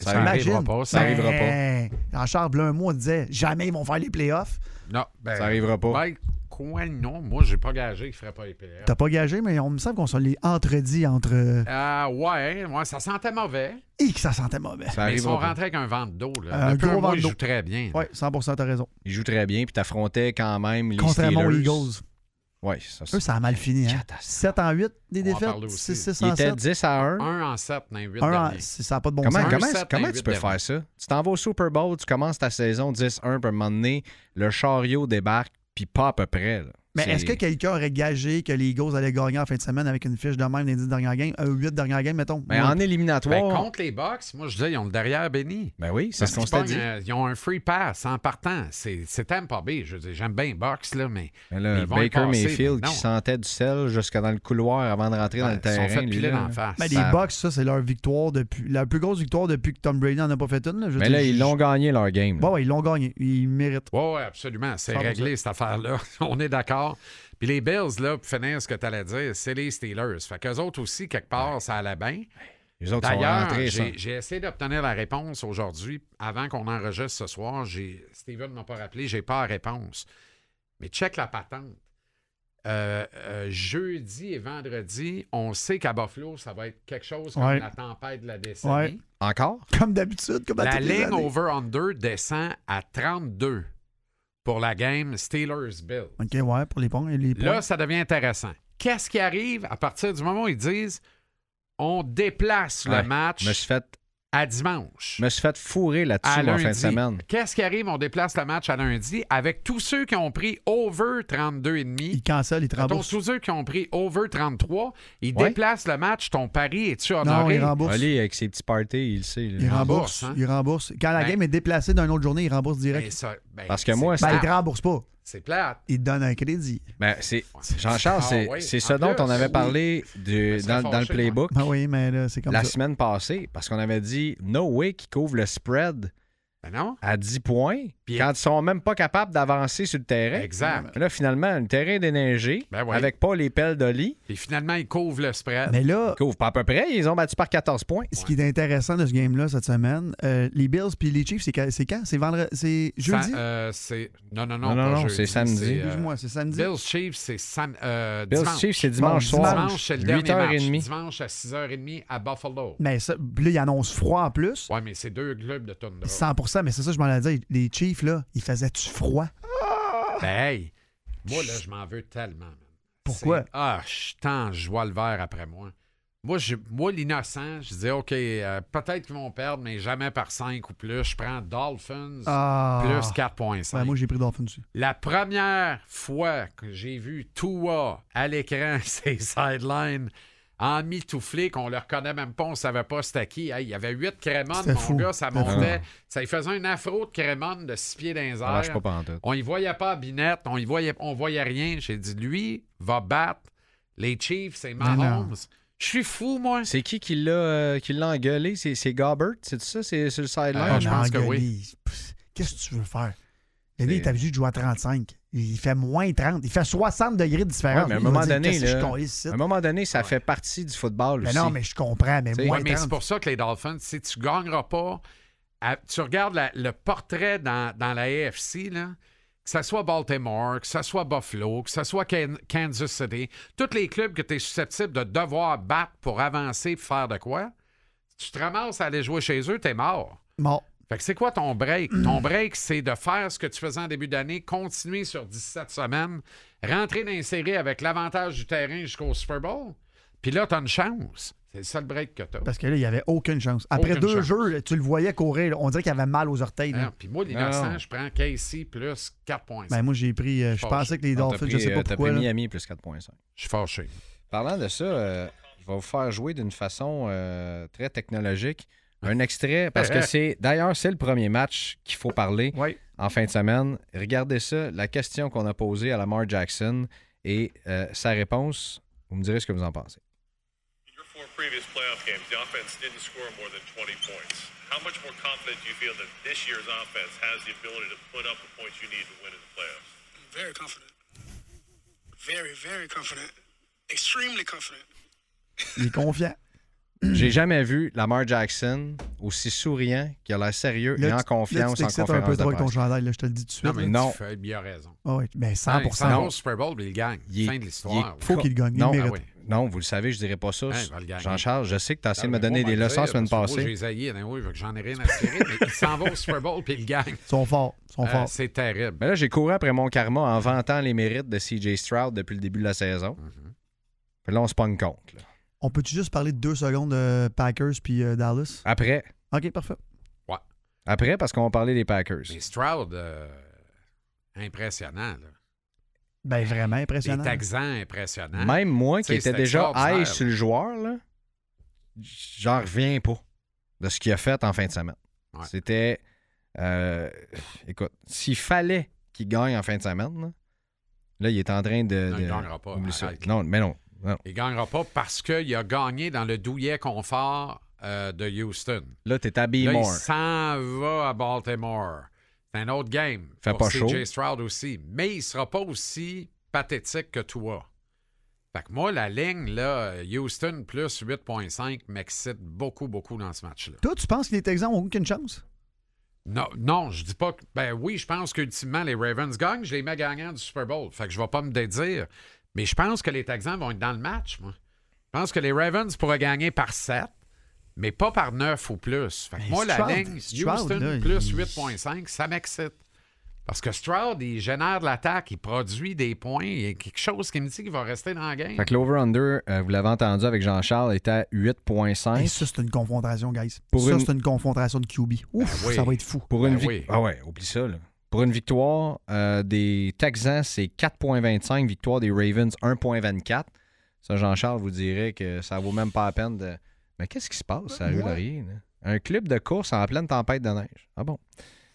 Speaker 5: Ça
Speaker 3: arrive.
Speaker 5: arrivera pas. Ça
Speaker 3: arrivera
Speaker 5: arrivera.
Speaker 4: pas. Jean-Charles, là, un mois, disait jamais ils vont faire les playoffs.
Speaker 5: Non, ben,
Speaker 3: Ça arrivera pas.
Speaker 5: ben, quoi, non? Moi, j'ai pas gagé qu'il ferait pas les playoffs.
Speaker 4: T'as pas gagé, mais on me semble qu'on se l'est entredit entre.
Speaker 5: Ah ouais, ouais, ça sentait mauvais.
Speaker 4: Et que ça sentait mauvais.
Speaker 3: Ça
Speaker 5: mais ils sont
Speaker 3: arrivera pas.
Speaker 5: rentrés avec un ventre d'eau. là.
Speaker 4: Un
Speaker 5: Depuis
Speaker 4: gros
Speaker 5: mois,
Speaker 4: ventre
Speaker 5: ils
Speaker 4: d'eau.
Speaker 5: jouent très bien.
Speaker 4: Oui, 100 t'as raison.
Speaker 3: Ils jouent très bien, puis t'affrontais quand même les
Speaker 4: Contrairement aux
Speaker 3: Steelers.
Speaker 4: Eagles.
Speaker 3: Oui, ça c'est-
Speaker 4: Eux, ça a mal fini. Hein? 7 en 8 des
Speaker 5: On en
Speaker 4: défaites,
Speaker 5: parlait aussi.
Speaker 4: 6, 6
Speaker 3: Il
Speaker 4: en
Speaker 3: était
Speaker 4: 7.
Speaker 3: 10 à 1.
Speaker 5: Un en sept dans les huit
Speaker 4: 1 en...
Speaker 5: derniers.
Speaker 4: Ça n'a pas de bon
Speaker 3: Comment,
Speaker 4: sens.
Speaker 3: comment,
Speaker 5: Un sept,
Speaker 3: comment
Speaker 5: un
Speaker 3: tu
Speaker 5: huit
Speaker 3: peux
Speaker 5: dernier.
Speaker 3: faire ça? Tu t'en vas au Super Bowl, tu commences ta saison 10-1, puis à un moment donné, le chariot débarque, puis pas à peu près. là.
Speaker 4: Mais
Speaker 3: C'est-
Speaker 4: est-ce que quelqu'un aurait gagé que les Eagles allaient gagner en fin de semaine avec une fiche de même des 10 dernières games, euh, 8 dernières games, mettons?
Speaker 3: Mais
Speaker 4: Non.
Speaker 3: en éliminatoire...
Speaker 5: Ben, contre les Bucks, moi, je disais, ils ont le derrière béni.
Speaker 3: Ben oui, c'est ce qu'on
Speaker 5: Parce
Speaker 3: s'était dit.
Speaker 5: qu'ils pognent, euh, ils ont un free pass en partant. C'est c'est Tampa Bay. Je veux dire, j'aime bien les Bucks, là, mais
Speaker 3: Mais Ben là,
Speaker 5: Ils vont y
Speaker 3: Baker
Speaker 5: passer,
Speaker 3: Mayfield
Speaker 5: mais non.
Speaker 3: qui sentait du sel jusqu'à dans le couloir avant de rentrer dans
Speaker 5: ben,
Speaker 3: le
Speaker 5: ils
Speaker 3: terrain.
Speaker 5: sont fait
Speaker 3: lui,
Speaker 5: piler
Speaker 3: là.
Speaker 5: d'en face.
Speaker 4: Mais
Speaker 3: ça-
Speaker 4: Ben, les Bucks, ça, c'est leur victoire depuis. La plus grosse victoire depuis que Tom Brady n'en a pas fait une. là. Je veux
Speaker 3: Mais
Speaker 4: dire,
Speaker 3: là,
Speaker 4: je-
Speaker 3: ils l'ont gagné leur game. là.
Speaker 4: Bon, ouais, ils l'ont gagné. Ils méritent.
Speaker 5: Oui, oui, absolument. C'est
Speaker 4: 100%.
Speaker 5: réglé, cette affaire-là. On est d'accord. Puis les Bills, là, pour finir ce que tu allais dire, c'est les Steelers. Fait qu'eux autres aussi, quelque part, ça allait bien.
Speaker 3: Les autres sont
Speaker 5: D'ailleurs,
Speaker 3: rentrés. ça.
Speaker 5: j'ai j'ai essayé d'obtenir la réponse aujourd'hui. Avant qu'on enregistre ce soir, j'ai- Steven m'a pas rappelé, j'ai pas la réponse. Mais check la patente. Euh, euh, jeudi et vendredi, on sait qu'à Buffalo, ça va être quelque chose comme
Speaker 4: Ouais.
Speaker 5: la tempête de la décennie.
Speaker 4: Ouais.
Speaker 3: Encore?
Speaker 4: Comme d'habitude, comme à
Speaker 5: La
Speaker 4: toutes les
Speaker 5: ligne
Speaker 4: années.
Speaker 5: over-under descend à 32 pour la game Steelers-Bill.
Speaker 4: OK, ouais, pour les points. et Les points.
Speaker 5: Là, ça devient intéressant. Qu'est-ce qui arrive à partir du moment où ils disent on déplace
Speaker 3: Ouais.
Speaker 5: le match
Speaker 3: Je me suis fait,
Speaker 5: à dimanche?
Speaker 3: je me suis fait fourrer là-dessus
Speaker 5: À
Speaker 3: moi, en fin de
Speaker 5: lundi.
Speaker 3: semaine.
Speaker 5: Qu'est-ce qui arrive? On déplace le match à lundi avec tous ceux qui ont pris over 32,5.
Speaker 4: Ils cancellent, ils te
Speaker 5: Donc,
Speaker 4: remboursent.
Speaker 5: tous ceux qui ont pris over 33, ils
Speaker 3: Ouais.
Speaker 5: déplacent le match. Ton pari, est tu
Speaker 4: Non,
Speaker 5: honoré?
Speaker 4: ils remboursent.
Speaker 3: Oli, avec ses petits parties, il le sait. là.
Speaker 4: Ils
Speaker 5: remboursent,
Speaker 4: remboursent.
Speaker 5: hein.
Speaker 4: Ils remboursent. Quand la
Speaker 5: Ben-
Speaker 4: game est déplacée d'une autre journée, ils remboursent direct.
Speaker 5: Ben, ça- ben,
Speaker 3: Parce que
Speaker 5: c'est
Speaker 3: moi,
Speaker 4: Ben,
Speaker 5: plate.
Speaker 4: ils te remboursent pas.
Speaker 5: c'est plate.
Speaker 4: Ils te donnent un crédit.
Speaker 3: Ben, c'est,
Speaker 5: Ouais.
Speaker 3: Jean-Charles,
Speaker 5: Ah
Speaker 3: c'est,
Speaker 5: ouais,
Speaker 3: c'est
Speaker 5: en
Speaker 3: ce dont
Speaker 5: plus,
Speaker 3: on avait
Speaker 5: oui.
Speaker 3: parlé du-
Speaker 5: me serais
Speaker 3: dans, dans le
Speaker 5: fâché, hein. moi.
Speaker 3: playbook
Speaker 4: Ben oui, mais là, c'est comme
Speaker 3: la
Speaker 4: ça.
Speaker 3: semaine passée, parce qu'on avait dit No way qui couvre le spread
Speaker 5: Ben non?
Speaker 3: à 10 points
Speaker 5: Puis-
Speaker 3: quand ils sont même pas capables d'avancer sur le terrain.
Speaker 5: Exact.
Speaker 3: Mais Là, finalement, le terrain est déneigé
Speaker 5: Ben ouais.
Speaker 3: avec pas les pelles d'Oli.
Speaker 5: Et finalement, ils couvrent le spread.
Speaker 4: Mais là,
Speaker 3: Ils couvrent pas à peu près, ils ont battu par 14 points.
Speaker 4: ce qui est intéressant de ce game-là cette semaine, euh, les Bills puis les Chiefs, c'est quand? C'est quand? C'est vendredi? C'est
Speaker 5: Ça-
Speaker 4: jeudi?
Speaker 5: euh, c'est... Non, non,
Speaker 3: Non,
Speaker 5: non,
Speaker 3: non,
Speaker 5: pas
Speaker 3: non,
Speaker 5: jeudi,
Speaker 3: c'est samedi.
Speaker 5: euh,
Speaker 4: Excuse-moi, c'est samedi.
Speaker 5: Bills Chiefs, c'est sam- euh,
Speaker 3: Bills
Speaker 5: dimanche.
Speaker 3: Chiefs, c'est dimanche
Speaker 4: Bon,
Speaker 3: soir.
Speaker 5: Dimanche, c'est le dernier match.
Speaker 3: 8h30.
Speaker 5: Dimanche à 6h30 à Buffalo.
Speaker 4: Mais ça, puis là, ils annoncent froid en plus.
Speaker 5: Ouais, mais c'est deux clubs de
Speaker 3: ben
Speaker 5: Thunder.
Speaker 4: 100%, mais c'est ça, je m'en ai dit. Les Chiefs, là, ils faisaient-tu froid?
Speaker 5: Ben, hey, moi, là, je m'en veux tellement. man.
Speaker 4: Pourquoi?
Speaker 5: C'est- Ah, je t'en vois le vert après moi. Moi, je- moi l'innocent, je dis, OK, euh, peut-être qu'ils vont perdre, mais jamais par 5 ou plus. Je prends Dolphins
Speaker 4: Ah.
Speaker 5: plus 4,5.
Speaker 4: Ouais, moi, j'ai pris Dolphins dessus.
Speaker 5: La première fois que j'ai vu Tua à l'écran, ses sidelines, en mitouflé, qu'on ne le reconnaît même pas, on ne savait pas c'était qui. Hey, il y avait huit crémones,
Speaker 4: C'était
Speaker 5: mon
Speaker 4: fou.
Speaker 5: gars, ça
Speaker 4: C'était fou.
Speaker 5: montait. Ça lui faisait un afro de crémone de six pieds dans les
Speaker 3: Ça marche
Speaker 5: airs.
Speaker 3: pas pantoute.
Speaker 5: On y voyait pas à binette, on y voyait, on voyait rien. J'ai dit, lui va battre les Chiefs, c'est
Speaker 4: Mais non.
Speaker 5: Mahomes. Je suis fou, moi.
Speaker 3: C'est qui qui l'a, euh, qui l'a engueulé? C'est, c'est Gobbert, c'est ça? C'est sur le sideline?
Speaker 5: Ah,
Speaker 4: On
Speaker 5: je
Speaker 4: a
Speaker 5: pense que
Speaker 4: engueulé.
Speaker 5: oui.
Speaker 4: Pff, Qu'est-ce que tu veux faire? Le gars, il
Speaker 3: C'est-
Speaker 4: est habitué de jouer à 35. Il fait moins 30. Il fait 60 degrés de différence.
Speaker 3: Ouais, mais à un
Speaker 4: Il va
Speaker 3: moment
Speaker 4: dire,
Speaker 3: donné,
Speaker 4: Qu'est-ce que je
Speaker 3: là,
Speaker 4: suis con ici?
Speaker 3: à un moment donné, ça fait partie du football
Speaker 4: Mais
Speaker 3: aussi.
Speaker 4: Ben non, mais je comprends, mais
Speaker 3: T'sais,
Speaker 4: moins
Speaker 5: Ouais, mais
Speaker 4: 30.
Speaker 5: c'est pour ça que les Dolphins, si tu gagneras pas, à- tu regardes la- le portrait dans, dans la AFC, là, que ce soit Baltimore, que ce soit Buffalo, que ce soit Can- Kansas City, tous les clubs que tu es susceptible de devoir battre pour avancer et faire de quoi, tu te ramasses à aller jouer chez eux, t'es mort.
Speaker 4: Bon.
Speaker 5: Fait que c'est quoi ton break? Ton break, c'est de faire ce que tu faisais en début d'année, continuer sur 17 semaines, rentrer dans les séries avec l'avantage du terrain jusqu'au Super Bowl. Puis là, t'as une chance. C'est le seul break que t'as.
Speaker 4: Parce que là, il n'y avait aucune chance. Après
Speaker 5: Aucune
Speaker 4: deux
Speaker 5: chance.
Speaker 4: jeux, là, tu le voyais courir. là. On dirait qu'il avait mal aux orteils. là.
Speaker 5: Hein, Puis moi,
Speaker 3: Non.
Speaker 5: l'innocent, je prends Casey plus 4.5.
Speaker 4: Ben, moi, j'ai pris. euh, je
Speaker 5: Fâché.
Speaker 4: pensais que les
Speaker 3: Non, T'as
Speaker 4: Dolphins, je
Speaker 3: pris,
Speaker 4: sais
Speaker 3: euh,
Speaker 4: pas
Speaker 3: t'as
Speaker 4: pourquoi.
Speaker 3: pris
Speaker 4: là.
Speaker 3: Miami plus 4.5.
Speaker 5: je suis fâché.
Speaker 3: Parlant de ça, euh, je vais vous faire jouer d'une façon euh, très technologique un extrait parce que c'est d'ailleurs c'est le premier match qu'il faut parler
Speaker 4: Ouais.
Speaker 3: en fin de semaine. Regardez ça, la question qu'on a posée à Lamar Jackson et euh, sa réponse. Vous me direz ce que vous en pensez.
Speaker 6: In your four previous playoff games, the offense didn't score more than 20 points. How much more confident do you feel that this year's offense has the ability to put up the points you need to win in the playoffs?
Speaker 7: Very confident. Very, very confident. Extremely confident.
Speaker 4: Il est confiant.
Speaker 3: J'ai jamais vu Lamar Jackson aussi souriant, qui a l'air sérieux
Speaker 4: Là,
Speaker 3: et en
Speaker 4: tu- là, tu
Speaker 3: confiance en
Speaker 4: t'excites un peu
Speaker 3: conférence de
Speaker 4: trop avec ton
Speaker 3: presse.
Speaker 4: chandail, là, je te le dis tout de suite.
Speaker 5: Non, mais
Speaker 4: là.
Speaker 3: non.
Speaker 5: tu fais bien raison.
Speaker 4: Ah ouais, ben 100
Speaker 5: Hey, c'est un Super Bowl, puis il gagne.
Speaker 3: Il est-
Speaker 5: fin de l'histoire.
Speaker 3: il est
Speaker 4: faut qu'il gagne.
Speaker 3: Non,
Speaker 4: il
Speaker 5: Ah
Speaker 4: mérite.
Speaker 5: oui.
Speaker 3: Non, vous le savez, je dirais pas ça.
Speaker 5: Hey, va Hein, le gagner.
Speaker 3: Jean-Charles, je sais que tu as essayé de
Speaker 5: Ah,
Speaker 3: me
Speaker 5: mais
Speaker 3: donner
Speaker 5: moi,
Speaker 3: des
Speaker 5: on va le
Speaker 3: leçons la
Speaker 5: dire,
Speaker 3: semaine
Speaker 5: parce que moi,
Speaker 3: passée.
Speaker 5: J'ai haï, anyway, fait que j'en ai rien à tirer, mais il s'en va au Super Bowl, puis il gagne.
Speaker 4: Ils sont forts. Ils sont
Speaker 5: Euh,
Speaker 4: forts.
Speaker 5: c'est terrible.
Speaker 3: Mais Ben là, j'ai couru après mon karma en vantant les mérites de CJ Stroud depuis le début de la saison.
Speaker 5: Mhm.
Speaker 3: Puis là, on se pogne compte. là.
Speaker 4: On peut-tu juste parler de deux secondes de Packers puis euh, Dallas?
Speaker 3: Après,
Speaker 4: OK, parfait.
Speaker 3: après parce qu'on va parler des Packers.
Speaker 5: Mais Stroud, euh, impressionnant. Là.
Speaker 4: Ben, vraiment
Speaker 5: Les
Speaker 4: impressionnant.
Speaker 5: Texans, impressionnant.
Speaker 3: Même moi, qui
Speaker 5: T'sais,
Speaker 3: étais
Speaker 5: hein? c'est
Speaker 3: déjà high
Speaker 5: extraordinaire,
Speaker 3: sur le joueur, là, j'en reviens pas de ce qu'il a fait en fin de semaine.
Speaker 5: Ouais.
Speaker 3: C'était... euh, écoute, s'il fallait qu'il gagne en fin de semaine, là, là, il est en train de...
Speaker 5: Non, il
Speaker 3: de-
Speaker 5: gagnera pas,
Speaker 3: Oublie ça.
Speaker 5: arrête.
Speaker 3: Non, mais non. non.
Speaker 5: Il gagnera pas parce qu'il a gagné dans le douillet confort euh, de Houston.
Speaker 3: Là, t'es à
Speaker 5: Là, il
Speaker 3: B-more.
Speaker 5: s'en va à Baltimore. C'est un autre game.
Speaker 3: Fait
Speaker 5: pour
Speaker 3: pas
Speaker 5: CJ
Speaker 3: chaud.
Speaker 5: Stroud aussi. Mais il sera pas aussi pathétique que toi. Fait que moi, la ligne, là, Houston plus 8.5 m'excite beaucoup, beaucoup dans ce match-là.
Speaker 4: Toi, tu penses que les Texans ont aucune chance?
Speaker 5: Non, non, je dis pas que. Ben oui, je pense qu'ultimement, les Ravens gagnent. Je les mets gagnants du Super Bowl. Fait que je vais pas me dédire. Mais je pense que les Texans vont être dans le match, moi. Je pense que les Ravens pourraient gagner par 7, mais pas par 9 ou plus. Fait que
Speaker 4: Mais
Speaker 5: moi, la
Speaker 4: Ben, Stroud-
Speaker 5: ligne
Speaker 4: Stroud,
Speaker 5: Houston
Speaker 4: là,
Speaker 5: plus
Speaker 4: il-
Speaker 5: 8.5, ça m'excite. Parce que Stroud, il génère de l'attaque, il produit des points. Il y a quelque chose qui me dit qu'il va rester dans la game.
Speaker 3: Fait que l'over-under, euh, vous l'avez entendu avec Jean-Charles, était à 8.5.
Speaker 4: Et Eh, ça, c'est une confrontation, guys.
Speaker 3: Pour
Speaker 4: ça,
Speaker 3: une-
Speaker 4: c'est une confrontation de QB. Ouf,
Speaker 5: Ben oui.
Speaker 4: ça va être fou.
Speaker 3: Pour une
Speaker 5: Ben
Speaker 3: vic-
Speaker 5: oui.
Speaker 3: Ah ouais, oublie ça. là. Pour une victoire euh, des Texans, c'est 4.25. Victoire des Ravens, 1.24. Ça, Jean-Charles vous dirait que ça vaut même pas la peine de. Mais qu'est-ce qui se passe, ça
Speaker 4: Ouais.
Speaker 3: rien. Un club de course en pleine tempête de neige. Ah bon?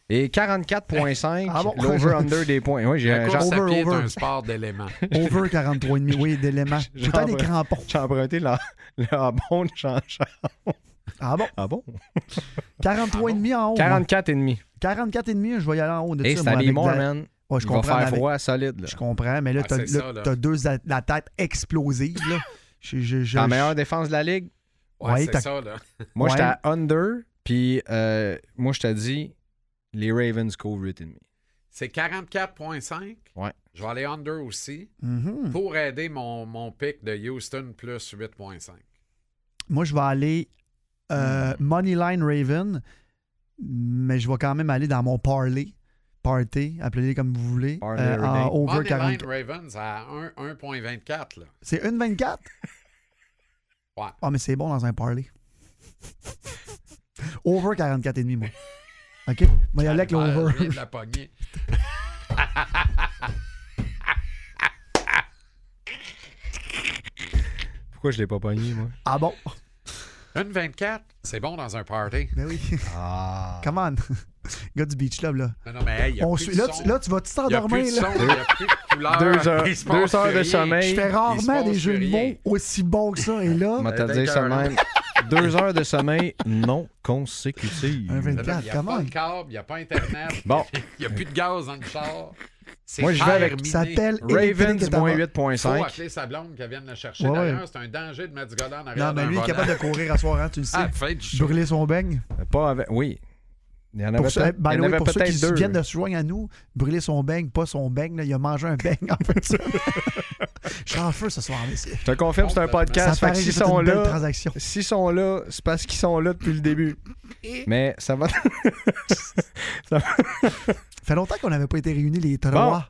Speaker 3: Et 44.5,
Speaker 4: Ah bon?
Speaker 3: l'over-under des points. Oui, j'ai
Speaker 5: La
Speaker 3: un
Speaker 5: course à
Speaker 4: over,
Speaker 5: pied
Speaker 4: over.
Speaker 5: est un sport d'éléments.
Speaker 4: Over 43,5, oui, d'éléments.
Speaker 3: Genre-
Speaker 4: Tout des crampons.
Speaker 3: J'ai emprunté le, le ah bon de Jean-Charles.
Speaker 4: Ah bon?
Speaker 3: Ah bon?
Speaker 4: 43,5 en haut. moi.
Speaker 3: 44,5.
Speaker 4: 44,5 je vais y aller en haut de
Speaker 3: Et
Speaker 4: ça.
Speaker 3: c'est
Speaker 4: moi,
Speaker 3: Ali
Speaker 4: avec
Speaker 3: Moore,
Speaker 4: la-
Speaker 3: man.
Speaker 4: Ouais, je
Speaker 3: Il va
Speaker 4: comprends.
Speaker 3: faire
Speaker 4: mais
Speaker 3: froid, solide. Là.
Speaker 4: avec- Je comprends, mais là,
Speaker 5: Ah,
Speaker 4: t'as
Speaker 5: c'est
Speaker 4: là,
Speaker 5: ça, là.
Speaker 4: t'as deux a- la tête explosive. Là. Je, je, je-
Speaker 3: La
Speaker 4: je-
Speaker 3: meilleure défense de la ligue.
Speaker 5: Ouais,
Speaker 4: Ouais, t'as-
Speaker 5: c'est ça, là.
Speaker 3: Moi,
Speaker 4: Ouais.
Speaker 3: j'étais à under, puis euh, moi, je t'ai dit, les Ravens cover it in me.
Speaker 5: C'est 44.5.
Speaker 3: Ouais.
Speaker 5: Je vais aller under aussi.
Speaker 4: Mhm.
Speaker 5: pour aider mon, mon pic de Houston plus 8.5.
Speaker 4: Moi, je vais aller euh,
Speaker 3: Hmm.
Speaker 4: Moneyline Raven, mais je vais quand même aller dans mon parlay. Party, appelez-les comme vous voulez.
Speaker 3: Parlay
Speaker 4: euh, en
Speaker 3: Raven.
Speaker 4: over
Speaker 5: Money
Speaker 4: 40.
Speaker 5: line Ravens à un- 1.24. là.
Speaker 4: C'est 1,24?
Speaker 5: Ouais.
Speaker 4: Ah, mais c'est bon dans un parlay. over 44,5, moi. OK? Moi, il y a avec
Speaker 5: Ah,
Speaker 4: l'over.
Speaker 5: je viens de la pognée.
Speaker 3: Pourquoi je l'ai pas pogné, moi?
Speaker 4: Ah bon?
Speaker 5: 1.24, c'est bon dans un party.
Speaker 4: Ben oui.
Speaker 3: Ah!
Speaker 4: Come on. Gars du Beach Club, là.
Speaker 5: Non, non, mais hey, il y a
Speaker 4: On
Speaker 5: plus
Speaker 4: suit-
Speaker 5: de
Speaker 4: là,
Speaker 5: son.
Speaker 4: tu, là, tu vas
Speaker 5: Il y a plus
Speaker 4: t'endormir. là.
Speaker 5: de son, il y a plus de couleur.
Speaker 3: Deux heures-
Speaker 5: Il se
Speaker 3: deux
Speaker 5: passe
Speaker 3: heures de
Speaker 5: rien.
Speaker 3: sommeil.
Speaker 4: Je fais rarement
Speaker 5: Il se
Speaker 4: des
Speaker 5: passe
Speaker 4: jeux de
Speaker 5: rien.
Speaker 4: mots aussi bons que ça. Et là,
Speaker 3: Moi, t'as
Speaker 5: Euh,
Speaker 3: dit ça
Speaker 5: d'accord.
Speaker 3: même. Deux heures de sommeil non consécutives.
Speaker 4: Un vingt-
Speaker 5: Là, là, Il n'y a
Speaker 4: Come
Speaker 5: pas
Speaker 4: on.
Speaker 5: de câble, il n'y a pas Internet.
Speaker 3: Bon.
Speaker 5: Il n'y a plus de gaz dans le char. C'est
Speaker 3: Moi, je vais avec-
Speaker 5: terminé.
Speaker 4: ça s'appelle
Speaker 3: Ravens, moins
Speaker 5: Faut
Speaker 3: 8.5.
Speaker 5: appeler sa blonde qu'elle vienne le chercher.
Speaker 4: Ouais,
Speaker 5: D'ailleurs,
Speaker 4: ouais.
Speaker 5: c'est un danger de mettre du godet en arrière
Speaker 4: Non, mais
Speaker 5: d'un
Speaker 4: lui, il est
Speaker 5: volant.
Speaker 4: capable de courir à soir, hein, tu le sais.
Speaker 5: Ah, fait du show.
Speaker 4: Brûler son beigne.
Speaker 3: Pas avec... Oui. Il y en avait
Speaker 4: Pour, ceux,
Speaker 3: peut-être
Speaker 4: by
Speaker 3: il y
Speaker 4: the
Speaker 3: en
Speaker 4: way,
Speaker 3: avait
Speaker 4: pour ceux qui
Speaker 3: peut-être
Speaker 4: se- viennent
Speaker 3: deux.
Speaker 4: de se joindre à nous, brûler son beigne, pas son beigne, là, il a mangé un beigne en fait. ça. Je suis en feu ce soir, messieurs.
Speaker 3: Je te confirme, c'est un podcast.
Speaker 4: Ça
Speaker 3: Fait que
Speaker 4: paraît que
Speaker 3: s'ils
Speaker 4: j'ai fait
Speaker 3: sont
Speaker 4: une belle
Speaker 3: là,
Speaker 4: transaction.
Speaker 3: S'ils sont là, c'est parce qu'ils sont là depuis le début. Mais ça va.
Speaker 4: fait longtemps qu'on n'avait pas été réunis les
Speaker 3: Bon.
Speaker 4: trois.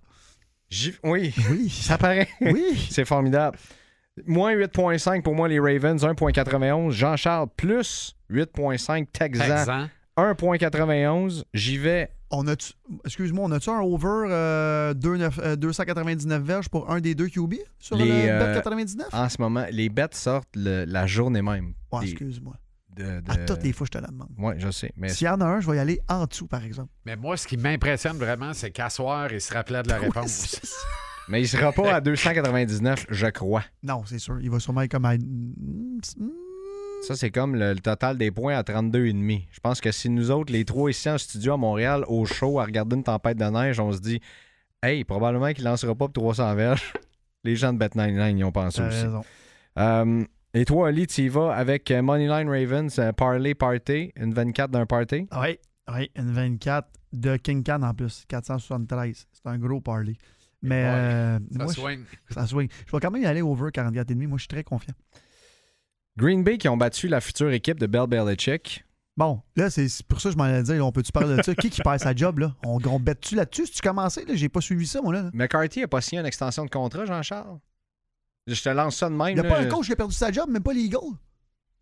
Speaker 3: J'y- Oui,
Speaker 4: Oui.
Speaker 3: ça paraît.
Speaker 4: Oui.
Speaker 3: C'est formidable. Moins 8.5 pour moi, les Ravens, 1.91. Jean-Charles, plus 8.5 Texans,
Speaker 5: Texan.
Speaker 3: 1.91. J'y vais.
Speaker 4: On a Excuse-moi, on a-tu un over euh, deux neuf- euh, 299 verges pour un des deux QB sur
Speaker 3: Les,
Speaker 4: le
Speaker 3: euh,
Speaker 4: bet 99?
Speaker 3: En ce moment, les bêtes sortent le- la journée même.
Speaker 4: Ouais,
Speaker 3: Des-
Speaker 4: excuse-moi. Ah,
Speaker 3: de- de-
Speaker 4: À toutes les fois, je te la demande.
Speaker 3: Ouais, je sais. Mais
Speaker 4: S'il y en a un, je vais y aller en dessous, par exemple.
Speaker 5: Mais moi, ce qui m'impressionne vraiment, c'est qu'à soir, il se rappelait de la réponse.
Speaker 3: Mais il sera pas à 299, je crois.
Speaker 4: Non, c'est sûr. Il va sûrement être comme à... Mm, mm,
Speaker 3: Ça, c'est comme le, le total des points à 32,5. Je pense que si nous autres, les trois ici en studio à Montréal, au show, à regarder une tempête de neige, on se dit Hey, probablement qu'il lancera pas pour 300 verges. Les gens de Bet99 y ont pensé
Speaker 4: T'as
Speaker 3: aussi.
Speaker 4: raison.
Speaker 3: Euh, et toi, Ali, tu y vas avec euh, Moneyline Ravens, euh, Parlay Party, une 24 d'un party.
Speaker 4: Ah Oui, oui, une 24 de King Can en plus, 473. C'est un gros parley. Mais
Speaker 5: Ouais,
Speaker 4: euh,
Speaker 5: Ça
Speaker 4: moi,
Speaker 5: soigne.
Speaker 4: je, ça swing. Je vais quand même y aller over 44,5. Moi, je suis très confiant.
Speaker 3: Green Bay qui ont battu la future équipe de Bell Belichick.
Speaker 4: Bon, là, c'est c'est pour ça que je m'en allais dire. là, on peut-tu parler de ça? qui qui perd sa job, là? On, on bête-tu là-dessus? Si tu commençais, là, j'ai pas suivi ça, moi, là.
Speaker 3: McCarthy a pas signé une extension de contrat, Jean-Charles. Je te lance ça de même.
Speaker 4: Il n'y a
Speaker 3: là.
Speaker 4: pas un coach qui a perdu sa job, même pas les Eagles.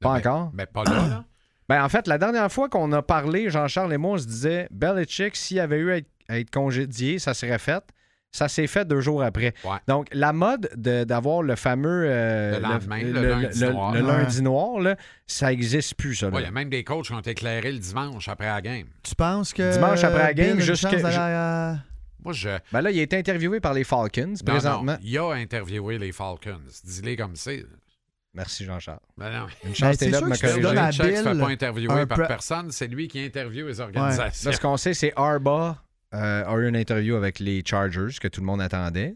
Speaker 3: Pas
Speaker 5: Mais-
Speaker 3: encore.
Speaker 5: Mais pas là, là.
Speaker 3: Ben, en fait, la dernière fois qu'on a parlé, Jean-Charles et moi, on se disait Belichick, s'il avait eu à être, à être congédié, ça serait fait. Ça s'est fait deux jours après.
Speaker 5: Ouais.
Speaker 3: Donc, la mode de- d'avoir le fameux. euh,
Speaker 5: Le lendemain, le lundi noir.
Speaker 3: le
Speaker 4: Ouais.
Speaker 3: lundi noir, là, ça n'existe plus, ça. là.
Speaker 5: Ouais, Il y a même des coachs qui ont éclairé le dimanche après la game.
Speaker 4: Tu penses que.
Speaker 3: Dimanche après la
Speaker 4: Bill
Speaker 3: game,
Speaker 4: a une
Speaker 3: jusque-
Speaker 4: chance d'aller à-
Speaker 5: Moi, je.
Speaker 3: Ben là, il a été interviewé par les Falcons
Speaker 5: Non,
Speaker 3: présentement.
Speaker 5: non, il a interviewé les Falcons. Dis-les comme c'est.
Speaker 3: Merci, Jean-Charles.
Speaker 5: Ben non.
Speaker 3: Une chance,
Speaker 4: Ben,
Speaker 3: t'es
Speaker 4: c'est
Speaker 3: là
Speaker 4: sûr
Speaker 3: de me
Speaker 4: que tu
Speaker 5: Bill
Speaker 4: donnes
Speaker 3: corriger.
Speaker 4: à-
Speaker 5: Belichick se fait
Speaker 4: Bill
Speaker 5: pas interviewer
Speaker 4: un
Speaker 5: par
Speaker 4: pre-
Speaker 5: personne, c'est lui qui interviewe les organisations.
Speaker 3: Là, ce qu'on sait, c'est Arba a eu une interview avec les Chargers que tout le monde attendait.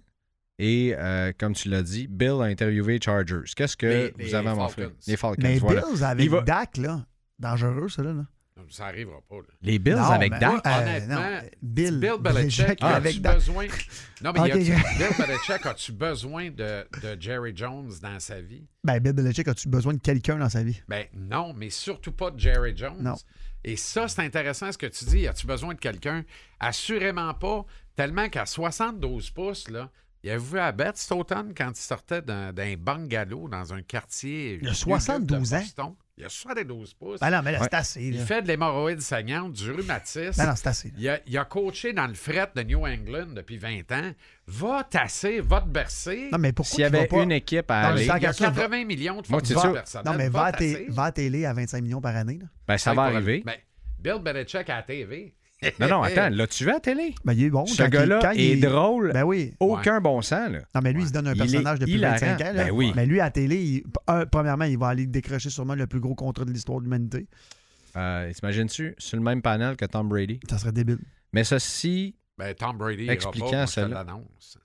Speaker 3: Et euh, comme tu l'as dit, Bill a interviewé les Chargers. Qu'est-ce que
Speaker 5: Les-
Speaker 3: vous
Speaker 5: les
Speaker 3: avez à m'offrir?
Speaker 5: Falcons.
Speaker 3: Les Falcons.
Speaker 4: Mais
Speaker 3: voilà.
Speaker 4: Bills avec
Speaker 3: Il va-
Speaker 4: Dak, là. Dangereux, ça, là. là.
Speaker 5: Ça arrivera pas. là.
Speaker 3: Les Bills
Speaker 4: Non,
Speaker 3: avec
Speaker 4: mais-
Speaker 3: Dak?
Speaker 4: Euh,
Speaker 5: Honnêtement,
Speaker 4: non, Bill,
Speaker 5: Bill Belichick,
Speaker 3: Ah,
Speaker 5: as-tu
Speaker 4: avec Dak.
Speaker 5: besoin... Non, mais
Speaker 4: Ok.
Speaker 5: y a-tu- Bill Belichick, as-tu besoin de, de Jerry Jones dans sa vie?
Speaker 4: Ben, Bill Belichick, as-tu besoin de quelqu'un dans sa vie?
Speaker 5: Ben non, mais surtout pas de Jerry Jones.
Speaker 4: Non.
Speaker 5: Et ça, c'est intéressant ce que tu dis. As-tu besoin de quelqu'un? Assurément pas, tellement qu'à 72 pouces, là, il a vu à Beth cet automne quand il sortait d'un, d'un bungalow dans un quartier.
Speaker 4: Il a
Speaker 5: de
Speaker 4: 72 ans.
Speaker 5: Boston. Il a 72 pouces.
Speaker 4: Ben non, mais là,
Speaker 3: Ouais.
Speaker 4: c'est assez,
Speaker 5: il
Speaker 4: là.
Speaker 5: fait de l'hémorroïde saignante, du rhumatisme.
Speaker 4: Ben non, c'est assez. là.
Speaker 5: Il a, il a coaché dans le fret de New England depuis 20 ans. Va tasser, va te bercer.
Speaker 4: Non, mais pourquoi
Speaker 3: S'il y
Speaker 4: tu vas
Speaker 3: avait
Speaker 4: pas...
Speaker 3: une équipe à
Speaker 4: Non, mais
Speaker 3: aller,
Speaker 4: ça-
Speaker 5: il y a
Speaker 4: regarde va-
Speaker 5: 80 millions de
Speaker 3: Moi, c'est
Speaker 5: footballeurs
Speaker 3: sûr.
Speaker 5: personnels.
Speaker 4: Non, mais va
Speaker 5: Va
Speaker 4: à, té-
Speaker 5: tasser.
Speaker 4: va à télé à 25 millions par année. Là.
Speaker 3: ben, ça va
Speaker 5: Pour-
Speaker 3: arriver.
Speaker 5: Ben, Bill Belichick à la TV.
Speaker 3: Non, non, attends, l'as-tu vu à la télé?
Speaker 4: Ben, il est bon.
Speaker 3: Ce
Speaker 4: quand il-
Speaker 3: gars-là
Speaker 4: quand
Speaker 3: est
Speaker 4: il-
Speaker 3: drôle.
Speaker 4: Ben oui.
Speaker 3: Aucun bon sens, là.
Speaker 4: Non, mais lui, il se donne un
Speaker 3: Il
Speaker 4: personnage
Speaker 3: est
Speaker 4: depuis
Speaker 3: hilarant.
Speaker 4: 25 ans. là.
Speaker 3: Ben oui.
Speaker 4: Mais lui, à télé, il- un, premièrement, il va aller décrocher sûrement le plus gros contrat de l'histoire de l'humanité.
Speaker 3: Euh, T'imagines-tu sur le même panel que Tom Brady?
Speaker 4: Ça serait débile.
Speaker 3: Mais ceci,
Speaker 5: Ben, Tom Brady, il
Speaker 3: Expliquant
Speaker 5: ira pas, moi, je te
Speaker 3: celle-là.
Speaker 5: l'annonce.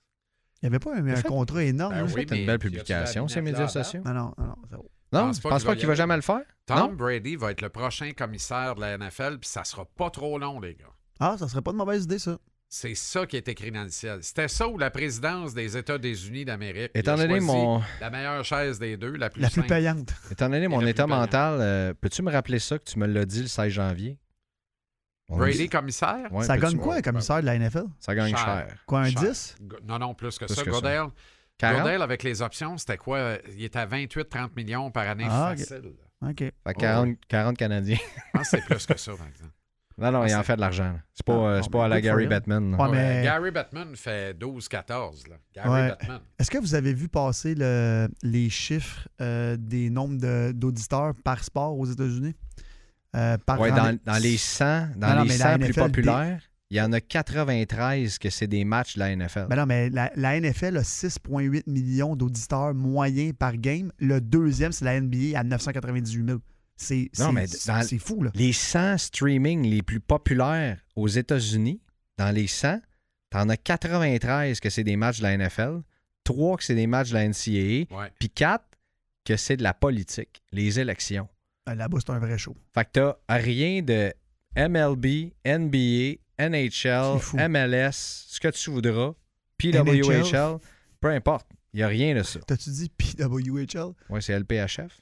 Speaker 4: Il n'y avait pas un, un
Speaker 3: fait-
Speaker 4: contrat énorme.
Speaker 5: Ben
Speaker 4: là.
Speaker 5: oui,
Speaker 3: c'est une
Speaker 5: mais
Speaker 3: belle
Speaker 5: y a-tu la
Speaker 3: publication, ces
Speaker 5: lunette
Speaker 3: médias
Speaker 5: là-dedans?
Speaker 3: sociaux.
Speaker 4: Non, non, non. non, ça va.
Speaker 3: Non, je pense pas qu'il va
Speaker 5: y
Speaker 3: jamais
Speaker 5: aller.
Speaker 3: le faire.
Speaker 5: Tom
Speaker 3: Non?
Speaker 5: Brady va être le prochain commissaire de la NFL, puis ça sera pas trop long, les gars.
Speaker 4: Ah, ça serait pas de mauvaise idée, ça.
Speaker 5: C'est ça qui est écrit dans le ciel. C'était ça ou la présidence des États-Unis d'Amérique. Il
Speaker 3: Étant
Speaker 5: a
Speaker 3: donné
Speaker 5: choisi
Speaker 3: mon-
Speaker 5: La meilleure chaise des deux, la plus
Speaker 4: La plus
Speaker 5: simple.
Speaker 4: payante.
Speaker 3: Étant donné mon
Speaker 5: le plus
Speaker 3: état
Speaker 5: payant.
Speaker 3: mental, euh, peux-tu me rappeler ça que tu me l'as dit le 16 janvier? On
Speaker 5: Brady
Speaker 3: dit-
Speaker 5: commissaire?
Speaker 3: Ouais,
Speaker 4: ça
Speaker 3: peux-tu
Speaker 4: gagne
Speaker 3: me-
Speaker 4: quoi, un commissaire de la NFL?
Speaker 3: Ça gagne cher.
Speaker 5: Cher.
Speaker 4: Quoi, un
Speaker 5: Cher.
Speaker 4: 10?
Speaker 5: Go- Non, non, plus que
Speaker 3: Plus
Speaker 5: ça.
Speaker 3: que ça.
Speaker 5: Godel,
Speaker 3: 40?
Speaker 5: Godel, avec les options, c'était quoi? Il était à 28-30 millions par année
Speaker 4: Ah, ok.
Speaker 5: facile.
Speaker 4: OK.
Speaker 3: Fait que 40, 40 Canadiens.
Speaker 5: Je pense que c'est plus que ça, par exemple.
Speaker 3: non, non, il en
Speaker 5: c'est-
Speaker 3: fait de l'argent. là. C'est
Speaker 4: Ah,
Speaker 3: pas, euh,
Speaker 4: bon,
Speaker 3: c'est
Speaker 4: ben,
Speaker 3: pas à la
Speaker 4: good for
Speaker 3: Gary
Speaker 4: him.
Speaker 3: Batman. là.
Speaker 4: Ouais,
Speaker 5: Ouais,
Speaker 4: mais-
Speaker 5: Gary Batman fait 12-14. là. Gary
Speaker 4: Ouais.
Speaker 5: Batman.
Speaker 4: Est-ce que vous avez vu passer le- les chiffres euh, des nombres de- d'auditeurs par sport aux États-Unis? Euh, par
Speaker 3: Ouais,
Speaker 4: en-
Speaker 3: dans, dans les 100, dans
Speaker 4: Non, non,
Speaker 3: les
Speaker 4: mais la
Speaker 3: 100 plus
Speaker 4: NFL,
Speaker 3: populaires, il y en a 93 que c'est des matchs de la NFL.
Speaker 4: Ben non, mais la, la NFL a 6,8 millions d'auditeurs moyens par game. Le deuxième, c'est la NBA à 998 000. C'est
Speaker 3: Non,
Speaker 4: c'est-
Speaker 3: mais dans-
Speaker 4: c'est fou, là.
Speaker 3: les 100 streaming les plus populaires aux États-Unis, dans les 100, t'en as 93 que c'est des matchs de la NFL, 3 que c'est des matchs de la NCAA,
Speaker 5: Ouais.
Speaker 3: puis 4 que c'est de la politique, les élections.
Speaker 4: Euh, Là-bas, c'est un vrai show.
Speaker 3: Fait que t'as rien de MLB, NBA, NHL,
Speaker 4: C'est fou.
Speaker 3: MLS, ce que tu voudras,
Speaker 4: NHL.
Speaker 3: PWHL, peu importe. Il n'y a rien de ça.
Speaker 4: T'as-tu dit PWHL?
Speaker 3: Ouais, c'est LPHF.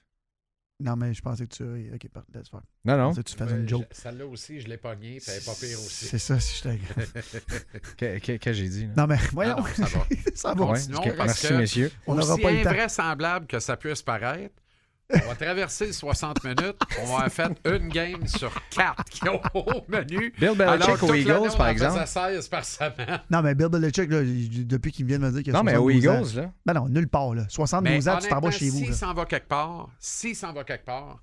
Speaker 4: Non, mais je pensais que tu riais. Ok, par- laisse faire.
Speaker 3: Non,
Speaker 4: Je
Speaker 3: non.
Speaker 4: pensais que tu faisais
Speaker 5: Ouais,
Speaker 4: une joke.
Speaker 5: je- Celle-là aussi, je l'ai pognée, puis elle est pas pire aussi.
Speaker 4: C'est ça, si je t'ai.
Speaker 3: Qu'est-ce que, que j'ai dit? là?
Speaker 4: Non, mais
Speaker 5: Ah
Speaker 4: voyons.
Speaker 5: non, ça va.
Speaker 4: ça va.
Speaker 3: Ouais,
Speaker 5: Continuons,
Speaker 3: parce que-
Speaker 5: parce
Speaker 3: merci,
Speaker 5: que-
Speaker 3: messieurs.
Speaker 4: On n'aura
Speaker 5: Aussi
Speaker 4: pas le temps.
Speaker 5: invraisemblable que ça puisse paraître, on va traverser les 60 minutes. On va avoir fait une game sur quatre qui ont au menu.
Speaker 3: Bill
Speaker 4: Ben,
Speaker 3: Belichick
Speaker 5: Alors,
Speaker 3: aux
Speaker 5: toute l'année,
Speaker 3: Eagles,
Speaker 5: on en
Speaker 3: par
Speaker 5: faisait
Speaker 3: exemple.
Speaker 5: 16 par semaine.
Speaker 4: Non, mais Bill Belichick, là, il- depuis qu'il vient de me dire qu'il a
Speaker 3: Non, mais aux
Speaker 4: 72 ans-
Speaker 3: Eagles, là.
Speaker 4: Ben non, nulle part, là. 72 ans, tu t'en vas
Speaker 5: honnêtement,
Speaker 4: chez vous.
Speaker 5: S'il
Speaker 4: là.
Speaker 5: s'en va quelque part, s'il s'en va quelque part,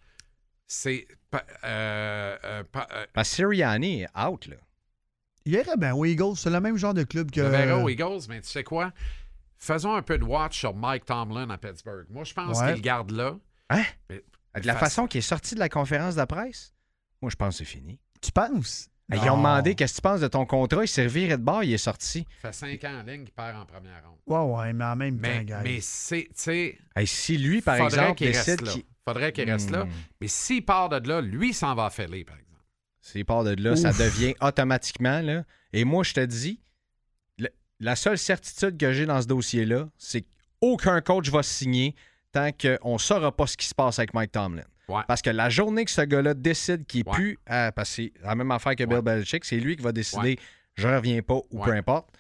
Speaker 5: c'est. pa- euh, euh, pa- euh,
Speaker 3: Parce que Sirianni est out, là.
Speaker 4: Il irait bien aux Eagles, c'est le même genre de club que.
Speaker 5: Je verrai aux Eagles, mais tu sais quoi? Faisons un peu de watch sur Mike Tomlin à Pittsburgh. Moi, je pense
Speaker 4: Ouais.
Speaker 5: qu'il garde là.
Speaker 3: Hein?
Speaker 5: Mais-
Speaker 3: De la
Speaker 5: Face-
Speaker 3: façon qu'il est sorti de la conférence de presse, moi, je pense que c'est fini.
Speaker 4: Tu penses?
Speaker 3: Ils ont demandé qu'est-ce que tu penses de ton contrat. Il s'est reviré de bord, il est sorti.
Speaker 5: Ça fait cinq ans en ligne qu'il perd en première ronde.
Speaker 4: Ouais, ouais, mais en même
Speaker 5: Mais,
Speaker 4: temps, gars.
Speaker 5: mais c'est, tu sais,
Speaker 3: Hey, si lui, par
Speaker 5: faudrait
Speaker 3: exemple,
Speaker 5: qu'il
Speaker 3: décide
Speaker 5: reste là.
Speaker 3: qu'il.
Speaker 5: Faudrait qu'il reste là.
Speaker 3: Hmm.
Speaker 5: Mais s'il part de là, lui il s'en va à Philly, par exemple.
Speaker 3: S'il part de là, ça
Speaker 4: Ouf.
Speaker 3: devient automatiquement, là. Et moi, je te dis, le- la seule certitude que j'ai dans ce dossier-là, c'est qu'aucun coach va signer tant qu'on ne saura pas ce qui se passe avec Mike Tomlin.
Speaker 5: Ouais.
Speaker 3: Parce que la journée que ce gars-là décide qu'il
Speaker 5: Ouais.
Speaker 3: pue, à, parce que c'est la même affaire que
Speaker 5: Ouais.
Speaker 3: Bill Belichick, c'est lui qui va décider
Speaker 5: Ouais.
Speaker 3: je reviens pas ou peu
Speaker 5: Ouais.
Speaker 3: importe.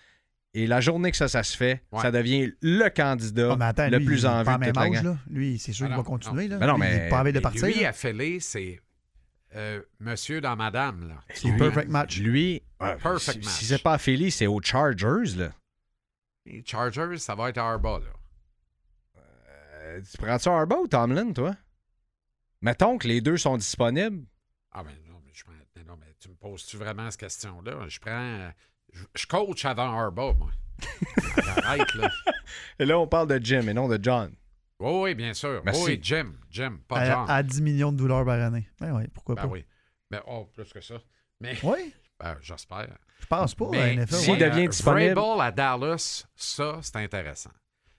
Speaker 3: Et la journée que ça, ça se fait,
Speaker 5: Ouais.
Speaker 3: ça devient le candidat
Speaker 4: Ah, mais attends,
Speaker 3: le
Speaker 4: lui,
Speaker 3: plus
Speaker 4: il est
Speaker 3: en vue
Speaker 4: pas
Speaker 3: de
Speaker 4: même
Speaker 3: toute la
Speaker 4: âge,
Speaker 3: gang.
Speaker 4: là. Lui, c'est sûr
Speaker 5: Ah
Speaker 4: qu'il
Speaker 5: non,
Speaker 4: va continuer. Là.
Speaker 3: Mais non,
Speaker 4: Lui, il
Speaker 3: mais-
Speaker 4: n'a pas envie de
Speaker 5: Mais
Speaker 4: partir.
Speaker 5: lui,
Speaker 4: là.
Speaker 5: à Philly, c'est euh, monsieur dans madame. Là.
Speaker 4: C'est perfect match.
Speaker 3: Lui,
Speaker 5: Ouais,
Speaker 3: euh,
Speaker 5: perfect
Speaker 3: si,
Speaker 5: match.
Speaker 3: si c'est pas à Philly, c'est aux Chargers. Là.
Speaker 5: Les Chargers, ça va être Harbaugh. Là.
Speaker 3: Euh, tu prends-tu Arba ou Tomlin, toi? Mettons que les deux sont disponibles.
Speaker 5: Ah, ben non, mais, je prends- mais non, mais tu me poses-tu vraiment cette question-là? Je prends. euh, Je, je coach avant Harbaugh, moi. Ben, Arrête, là.
Speaker 3: Et là, on parle de Jim et non de John.
Speaker 5: Oui, oui, bien sûr.
Speaker 3: Merci.
Speaker 5: Oui, Jim. Jim, pas John.
Speaker 4: À, à 10 millions de dollars par année. Ben oui, pourquoi
Speaker 5: ben
Speaker 4: pas?
Speaker 5: oui. Ben, oh, plus que ça. Mais,
Speaker 4: Oui,
Speaker 5: ben, j'espère.
Speaker 4: je pense pas à
Speaker 5: Mais
Speaker 4: NFL.
Speaker 5: si
Speaker 3: S'il
Speaker 4: ouais.
Speaker 3: de- devient
Speaker 5: euh,
Speaker 3: disponible-
Speaker 5: Vrabel à Dallas, ça, c'est intéressant.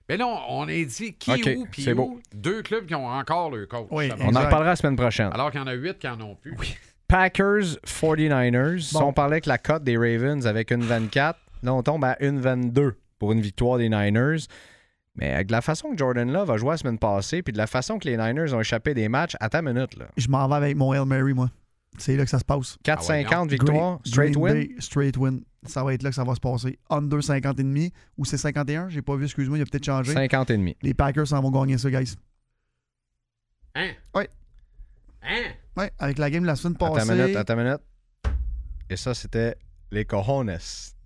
Speaker 5: Mais là, on on a dit qui
Speaker 3: Ok,
Speaker 5: où, puis
Speaker 3: c'est
Speaker 5: où.
Speaker 3: beau.
Speaker 5: Deux clubs qui ont encore leur coach.
Speaker 4: Oui,
Speaker 5: ça va.
Speaker 3: On en
Speaker 4: Exact.
Speaker 3: reparlera la semaine prochaine.
Speaker 5: Alors qu'il y en a huit qui en ont plus.
Speaker 3: Packers, 49ers.
Speaker 4: Bon.
Speaker 3: Si on parlait avec la cote des Ravens avec une 24, là, on tombe à une 22 pour une victoire des Niners. Mais avec la façon que Jordan Love a joué la semaine passée, puis de la façon que les Niners ont échappé des matchs, à ta minute, là.
Speaker 4: Je m'en vais avec mon Hail Mary, moi. C'est là que ça se passe.
Speaker 3: 4,50
Speaker 5: Ah ouais, non.
Speaker 3: victoire,
Speaker 4: Green-
Speaker 3: straight
Speaker 4: Green
Speaker 3: win.
Speaker 4: Bay, straight win. Ça va être là que ça va se passer. Under 50 et demi ou c'est 51, j'ai pas vu, excuse-moi, il a peut-être changé.
Speaker 3: 50 et demi.
Speaker 4: Les Packers s'en vont gagner ça, guys.
Speaker 5: Hein?
Speaker 4: Oui.
Speaker 5: Hein?
Speaker 4: Ouais, avec la game de la semaine
Speaker 3: Attends
Speaker 4: passée.
Speaker 3: une minute, attends une minute. Et ça, c'était les cojones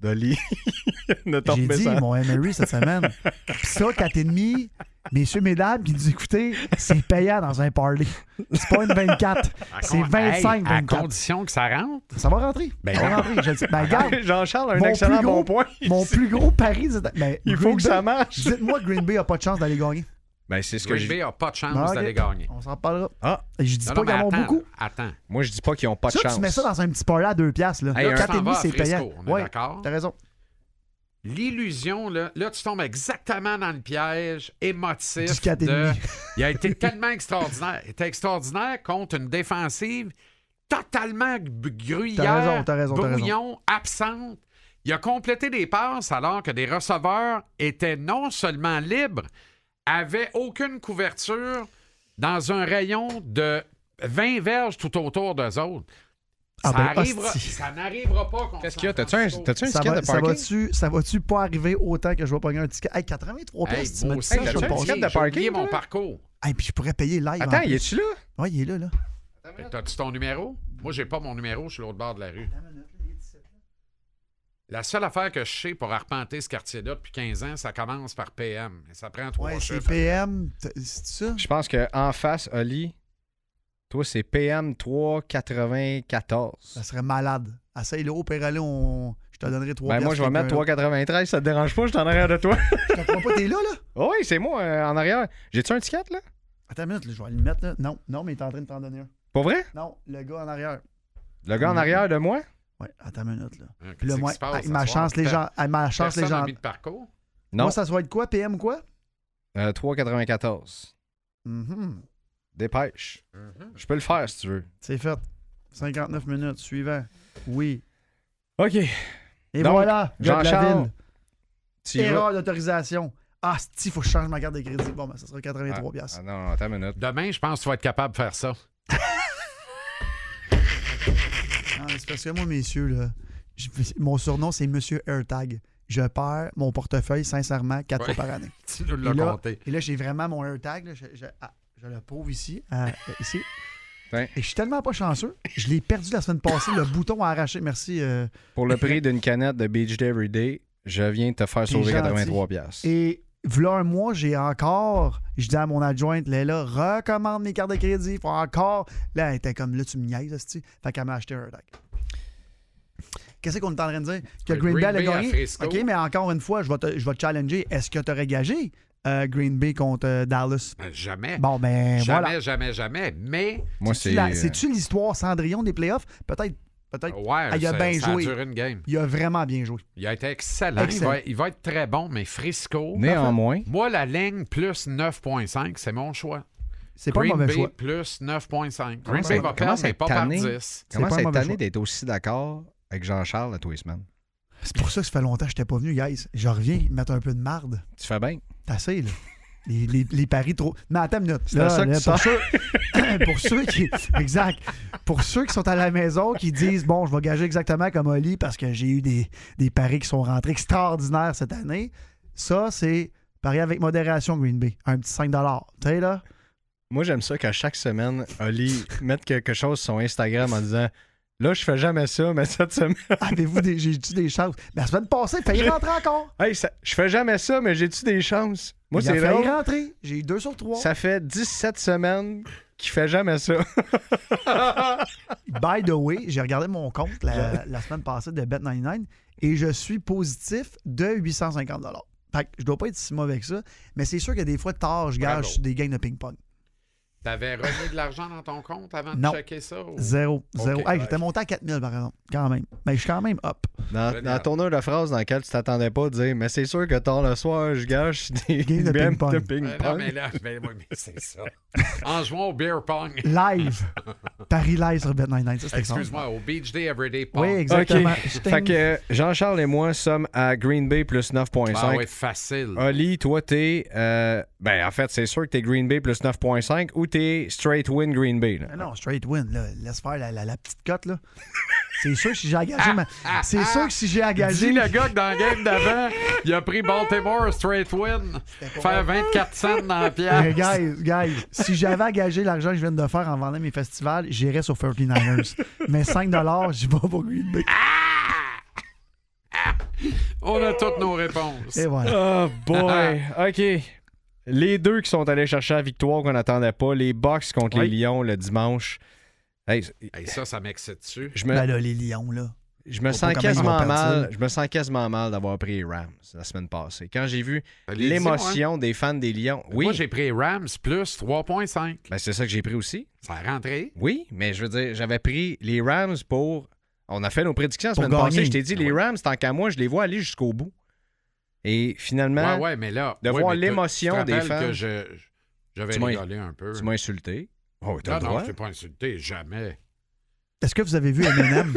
Speaker 3: d'Oli. ne tombe
Speaker 4: J'ai dit
Speaker 3: pas.
Speaker 4: mon Emery cette semaine. Pis ça, 4,5, messieurs, mesdames, qui nous écoutez, c'est payant dans un parlay. C'est pas une 24.
Speaker 5: À
Speaker 4: C'est
Speaker 5: con-
Speaker 4: 25,
Speaker 5: Hey, à
Speaker 4: 24.
Speaker 5: condition que ça rentre.
Speaker 4: Ça va rentrer.
Speaker 5: Ben
Speaker 4: ça va
Speaker 5: non.
Speaker 4: rentrer. Je le dis. Ben, regarde,
Speaker 3: Jean-Charles a un
Speaker 4: Mon
Speaker 3: excellent
Speaker 4: plus gros-
Speaker 3: bon point.
Speaker 4: mon plus gros pari, c'est- ben,
Speaker 3: Il faut
Speaker 4: Green
Speaker 3: que
Speaker 4: Bay-
Speaker 3: ça marche.
Speaker 4: Dites-moi que Green Bay n'a pas de chance d'aller gagner.
Speaker 3: Ben, c'est ce que
Speaker 5: Green
Speaker 3: je
Speaker 5: Bay n'a pas de chance
Speaker 4: Non, Ah, ok.
Speaker 5: d'aller gagner.
Speaker 4: On s'en parlera.
Speaker 3: Ah.
Speaker 4: Je dis
Speaker 5: Non,
Speaker 4: pas
Speaker 5: non,
Speaker 4: qu'ils en
Speaker 5: mais
Speaker 4: ont
Speaker 5: attends,
Speaker 4: beaucoup.
Speaker 5: là, Attends.
Speaker 3: Moi, je dis pas qu'ils n'ont pas de
Speaker 4: Ça,
Speaker 3: chance.
Speaker 4: tu mets ça dans un petit parlay à deux piastres. Là,
Speaker 3: Hey,
Speaker 4: là
Speaker 3: un-
Speaker 4: 4,5, c'est
Speaker 5: tu t'en vas à
Speaker 4: payant.
Speaker 5: Frisco, on est
Speaker 4: Ouais,
Speaker 5: d'accord.
Speaker 4: t'as raison.
Speaker 5: L'illusion, là, là, tu tombes exactement dans le piège
Speaker 4: Du
Speaker 5: émotif.
Speaker 4: quatre et
Speaker 5: de-
Speaker 4: demi.
Speaker 5: Il a été tellement extraordinaire. Il était extraordinaire contre une défensive totalement b- gruyère,
Speaker 4: T'as raison, t'as raison, t'as raison.
Speaker 5: brouillon, absente. Il a complété des passes alors que des receveurs étaient non seulement libres, avaient aucune couverture dans un rayon de 20 verges tout autour d'eux autres.
Speaker 4: Ah
Speaker 5: ça
Speaker 4: ben,
Speaker 5: arrivera-
Speaker 4: hostie.
Speaker 5: ça n'arrivera pas. contre
Speaker 3: Qu'est-ce qu'il y a?
Speaker 5: San
Speaker 3: T'as-tu un,
Speaker 5: Francisco.
Speaker 3: t'as-tu un
Speaker 4: Ça
Speaker 3: ticket
Speaker 4: va-
Speaker 3: de
Speaker 4: ça
Speaker 3: parking?
Speaker 4: va-tu ça va-tu pas arriver autant que je vais pogner un ticket? Hey, 83
Speaker 5: Hey,
Speaker 4: piastres, tu me
Speaker 5: beau
Speaker 4: dis ça,
Speaker 5: sang,
Speaker 4: je
Speaker 3: t'as-tu
Speaker 4: vais
Speaker 3: un
Speaker 5: j'ai
Speaker 4: passer.
Speaker 3: ticket de
Speaker 5: oublié
Speaker 3: parking,
Speaker 5: mon
Speaker 3: là?
Speaker 5: parcours.
Speaker 4: Hey, puis je pourrais payer live.
Speaker 3: Attends,
Speaker 4: en
Speaker 3: il
Speaker 4: plus.
Speaker 3: est-tu là?
Speaker 4: Ouais, il est là, là.
Speaker 5: Fait que T'as-tu ton numéro? Moi, j'ai pas mon numéro, je suis l'autre bord de la rue. La seule affaire que je sais pour arpenter ce quartier-là depuis 15 ans, ça commence par PM. Et ça prend trois
Speaker 4: Ouais, c'est
Speaker 5: chiffres.
Speaker 4: PM. t- C'est ça?
Speaker 3: Je pense qu'en face, Oli, toi, c'est PM394.
Speaker 4: Ça serait malade. Essaye le haut, Péralé, on... je te donnerai 3
Speaker 3: Ben, moi, je vais mettre 393, ça te dérange pas, je suis en arrière de toi.
Speaker 4: Je comprends pas, t'es là, là?
Speaker 3: oui, c'est moi, euh, en arrière. J'ai-tu un ticket, là?
Speaker 4: Attends une minute, là, je vais aller le mettre, là. Non, non, mais il est en train de t'en donner un.
Speaker 3: Pour vrai?
Speaker 4: Non, le gars en arrière.
Speaker 3: Le
Speaker 4: Mm.
Speaker 3: gars en arrière de moi?
Speaker 4: Ouais, attends une minute, là.
Speaker 5: Hein, qu'est-ce
Speaker 4: Puis là,
Speaker 5: qui
Speaker 4: moi,
Speaker 5: se passe
Speaker 4: hey,
Speaker 5: ce
Speaker 4: ma
Speaker 5: soir?
Speaker 4: chance, les
Speaker 5: Per-
Speaker 4: gens. hey, ma chance, les
Speaker 5: Personne n'a
Speaker 4: gens.
Speaker 5: mis de parcours.
Speaker 3: Non.
Speaker 4: Moi, ça soit de quoi, PM quoi?
Speaker 3: Euh, 394.
Speaker 4: Mhm.
Speaker 3: Dépêche. Je peux le faire si tu veux.
Speaker 4: C'est fait. 59 minutes, suivant. Oui.
Speaker 3: OK.
Speaker 4: Et
Speaker 3: Donc,
Speaker 4: voilà, gars de la
Speaker 3: Jean-Charles,
Speaker 4: ville.
Speaker 3: Tu y vas.
Speaker 4: Erreur d'autorisation. Ah, il faut que je change ma carte de crédit. Bon, ben, ça sera 83 piastres.
Speaker 3: Ah non, attends une minute.
Speaker 5: Demain, je pense que tu vas être capable de faire ça.
Speaker 4: Ah, c'est parce que moi, messieurs, là, je- mon surnom, c'est Monsieur AirTag. Je perds mon portefeuille, sincèrement, quatre
Speaker 5: Ouais.
Speaker 4: fois par année.
Speaker 5: Tu nous
Speaker 4: Et
Speaker 5: l'as
Speaker 4: là,
Speaker 5: compté.
Speaker 4: et là, j'ai vraiment mon AirTag. là, je, je- ah, je le prouve ici. à- ici.
Speaker 3: Tiens.
Speaker 4: Et je suis tellement pas chanceux. Je l'ai perdu la semaine passée. Le bouton a arraché. Merci. euh,
Speaker 3: Pour le prix d'une canette de Beach Day Everyday, je viens te faire
Speaker 4: T'es
Speaker 3: sauver
Speaker 4: gentil.
Speaker 3: 83 piastres.
Speaker 4: Et voilà un mois, j'ai encore, je dis à mon adjointe, Léla, recommande mes cartes de crédit. Faut encore. Là, elle était comme, là, tu me niaises, hostie. Fait qu'elle m'a acheté un deck. Qu'est-ce qu'on est en train de dire? Que
Speaker 5: Le
Speaker 4: Green,
Speaker 5: Green
Speaker 4: Bay a
Speaker 5: Bay à
Speaker 4: gagné.
Speaker 5: Frisco.
Speaker 4: OK, mais encore une fois, je vais te, je vais te challenger. Est-ce que tu aurais gagé euh, Green Bay contre euh, Dallas?
Speaker 5: Ben, jamais.
Speaker 4: Bon, ben
Speaker 5: jamais,
Speaker 4: voilà.
Speaker 5: jamais, jamais. Mais,
Speaker 3: Moi,
Speaker 4: C'est-tu
Speaker 3: c'est. euh,
Speaker 4: la- C'est-tu l'histoire Cendrillon des playoffs? Peut-être. Peut-être.
Speaker 5: ouais,
Speaker 4: Ah, il a
Speaker 5: ça-
Speaker 4: bien
Speaker 5: ça
Speaker 4: joué.
Speaker 5: a duré une game.
Speaker 4: Il a vraiment bien joué.
Speaker 5: Il a été excellent. Il
Speaker 4: Excellent.
Speaker 5: va- Il, va, être très bon, mais Frisco.
Speaker 3: Néanmoins,
Speaker 5: Moi, la ligne plus 9.5, c'est mon choix.
Speaker 4: C'est pas un
Speaker 5: Green
Speaker 4: mauvais
Speaker 5: Bay
Speaker 4: choix.
Speaker 5: plus 9.5. Green
Speaker 4: ça-
Speaker 5: Bay va
Speaker 3: comment
Speaker 5: perdre,
Speaker 3: ça
Speaker 5: mais
Speaker 3: est
Speaker 5: pas par
Speaker 3: tanné?
Speaker 5: 10.
Speaker 3: comment
Speaker 4: pas un
Speaker 3: cette
Speaker 4: mauvais choix.
Speaker 3: année d'être aussi d'accord avec Jean-Charles à tous les semaines?
Speaker 4: C'est pour ça que ça fait longtemps que je n'étais pas venu, guys. Je reviens mettre un peu de marde.
Speaker 3: Tu fais bien.
Speaker 4: T'as assez, là. Les, les- les paris trop. Non, attends une minute. Là,
Speaker 3: à ça que
Speaker 4: là,
Speaker 3: tu
Speaker 4: pour, ceux, pour ceux qui. Exact. Pour ceux qui sont à la maison, qui disent Bon, je vais gager exactement comme Oli parce que j'ai eu des, des paris qui sont rentrés extraordinaires cette année. Ça, c'est parier avec modération, Green Bay. Un petit 5 Tu sais, là.
Speaker 3: Moi, j'aime ça qu'à chaque semaine, Oli mette quelque chose sur son Instagram en disant Là, je fais jamais ça, mais cette semaine.
Speaker 4: Avez-vous des. J'ai-tu des chances? Mais la semaine passée, il failli rentrer encore.
Speaker 3: Hey, ça- je fais jamais ça, mais j'ai-tu des chances? Moi,
Speaker 4: il a
Speaker 3: c'est
Speaker 4: failli
Speaker 3: drôle.
Speaker 4: rentrer. J'ai eu 2 sur 3.
Speaker 3: Ça fait 17 semaines qu'il fait jamais ça.
Speaker 4: By the way, j'ai regardé mon compte la, la semaine passée de Bet99 et je suis positif de 850 Fait que je dois pas être si mauvais que ça, mais c'est sûr que des fois, tard, je gage
Speaker 5: Bravo. Mm.
Speaker 4: sur des games de ping-pong.
Speaker 5: T'avais remis de l'argent dans ton compte avant
Speaker 4: Non.
Speaker 5: de checker ça? ou-
Speaker 4: Zéro, zéro.
Speaker 5: Ok,
Speaker 4: Hey,
Speaker 5: ouais.
Speaker 4: J'étais monté à 4000 par exemple, quand même. Mais je suis quand même up.
Speaker 3: Dans,
Speaker 5: Génial.
Speaker 3: dans ton heure de phrase dans laquelle tu t'attendais pas, dire Mais c'est sûr que tard le soir, je gâche des
Speaker 4: Game de
Speaker 3: games
Speaker 4: ping-pong.
Speaker 3: de
Speaker 5: Ben
Speaker 3: ping-pong.
Speaker 5: non, mais là, ben oui, mais c'est ça. En jouant au beer pong.
Speaker 4: Live. Paris live sur Bet99. ça, c'est
Speaker 5: Excuse-moi, au Beach Day Everyday
Speaker 4: extraordinaire.
Speaker 5: Pong.
Speaker 4: Oui,
Speaker 3: Ok.
Speaker 4: exactement. Je t'ai-
Speaker 3: Fait que euh, Jean-Charles et moi sommes à Green Bay plus 9.5.
Speaker 5: Ça va être Ben, facile.
Speaker 3: Oli, toi, t'es. euh, ben, en fait, c'est sûr que t'es Green Bay plus 9.5 ou t'es straight win Green Bay. là.
Speaker 4: Mais Non, straight win. là. Laisse faire la, la- la petite cote. là. C'est sûr que si j'ai engagé. ma- C'est sûr que si j'ai engagé.
Speaker 5: Ah, Dis le gars que dans la game d'avant, il a pris Baltimore straight win. Faire 24 cents dans la
Speaker 4: Mais
Speaker 5: pièce.
Speaker 4: guys, guys, si j'avais engagé l'argent que je viens de faire en vendant mes festivals, j'irais sur 39ers. Mais 5 j'y vais pour Green Bay.
Speaker 5: On a toutes nos réponses.
Speaker 4: Et voilà.
Speaker 3: Oh boy! OK. Les deux qui sont allés chercher la victoire qu'on n'attendait pas, les Bucks contre les Lions le dimanche. Hey,
Speaker 5: Hey, ça, ça m'excite-tu?
Speaker 3: je me,
Speaker 4: Ben là, les Lions, là.
Speaker 3: je me
Speaker 4: faut
Speaker 3: sens
Speaker 4: pas quand même
Speaker 3: quasiment
Speaker 4: en perdre,
Speaker 3: mal.
Speaker 4: ça.
Speaker 3: Je me sens quasiment mal d'avoir pris les Rams la semaine passée. Quand j'ai vu
Speaker 5: Allez, dis-moi.
Speaker 3: l'émotion des fans des Lions. Oui.
Speaker 5: hein. Moi, j'ai pris Rams plus 3.5.
Speaker 3: Ben, c'est ça que j'ai pris aussi.
Speaker 5: Ça a rentré.
Speaker 3: Oui, mais je veux dire, j'avais pris les Rams pour. On a fait nos prédictions la
Speaker 4: Pour
Speaker 3: semaine
Speaker 4: gagner.
Speaker 3: passée. Je t'ai
Speaker 5: Ben
Speaker 3: dit, les Rams, tant qu'à moi, je les vois aller jusqu'au bout. Et finalement,
Speaker 5: ouais, ouais, mais là.
Speaker 3: de
Speaker 5: ouais,
Speaker 3: voir
Speaker 5: mais tu-
Speaker 3: l'émotion
Speaker 5: tu te
Speaker 3: des
Speaker 5: rappelles
Speaker 3: fans.
Speaker 5: que je, je vais
Speaker 3: Tu m'as-
Speaker 5: rigoler un peu.
Speaker 3: tu m'as insulté. Oh, t'as
Speaker 5: Non,
Speaker 3: le
Speaker 5: non,
Speaker 3: droit.
Speaker 5: je t'ai pas insulté, jamais.
Speaker 4: Est-ce que vous avez vu Eminem?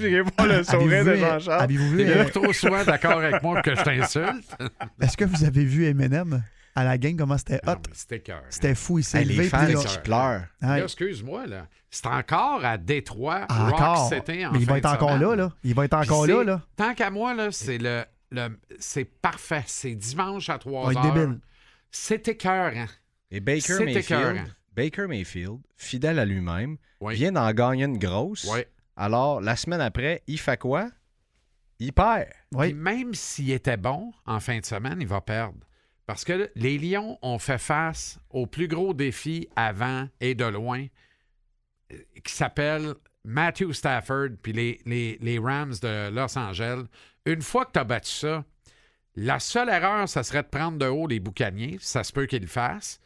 Speaker 3: J'ai pas le sourire
Speaker 4: Avez-vous
Speaker 3: de
Speaker 4: vu-
Speaker 3: Jean-Charles.
Speaker 4: avez-vous vu-
Speaker 5: T'es bien trop souvent d'accord avec moi que je t'insulte.
Speaker 4: Est-ce que vous avez vu Eminem à la game, comment c'était
Speaker 5: Non,
Speaker 4: hot?
Speaker 5: mais C'était cœur.
Speaker 4: C'était fou, il s'est
Speaker 3: Hey, les
Speaker 4: levé.
Speaker 3: fans
Speaker 4: puis là-
Speaker 3: qui pleurent.
Speaker 5: Là,
Speaker 4: Ouais.
Speaker 5: excuse-moi, là. C'est encore à Détroit.
Speaker 4: Ah, Encore.
Speaker 5: Rock City en
Speaker 4: Mais il
Speaker 5: fin
Speaker 4: va être
Speaker 5: de
Speaker 4: encore
Speaker 5: semaine.
Speaker 4: là, là. Il va être
Speaker 5: Puis
Speaker 4: encore là,
Speaker 5: c'est-
Speaker 4: là.
Speaker 5: Tant qu'à moi, là, c'est le, le- c'est parfait. C'est dimanche à 3
Speaker 4: être
Speaker 5: h
Speaker 4: débile.
Speaker 5: C'est écœurant.
Speaker 3: Et Baker
Speaker 5: C'est écœurant.
Speaker 3: Mayfield, Baker Mayfield, fidèle à lui-même,
Speaker 5: Oui.
Speaker 3: vient d'en gagner une grosse.
Speaker 5: Ouais.
Speaker 3: Alors, la semaine après, il fait quoi? Il perd.
Speaker 5: Puis
Speaker 4: Oui.
Speaker 5: même s'il était bon en fin de semaine, il va perdre. Parce que les Lions ont fait face au plus gros défi avant et de loin euh, qui s'appelle Matthew Stafford puis les, les- les Rams de Los Angeles. Une fois que tu as battu ça, la seule erreur, ça serait de prendre de haut les boucaniers. Ça se peut qu'ils le fassent.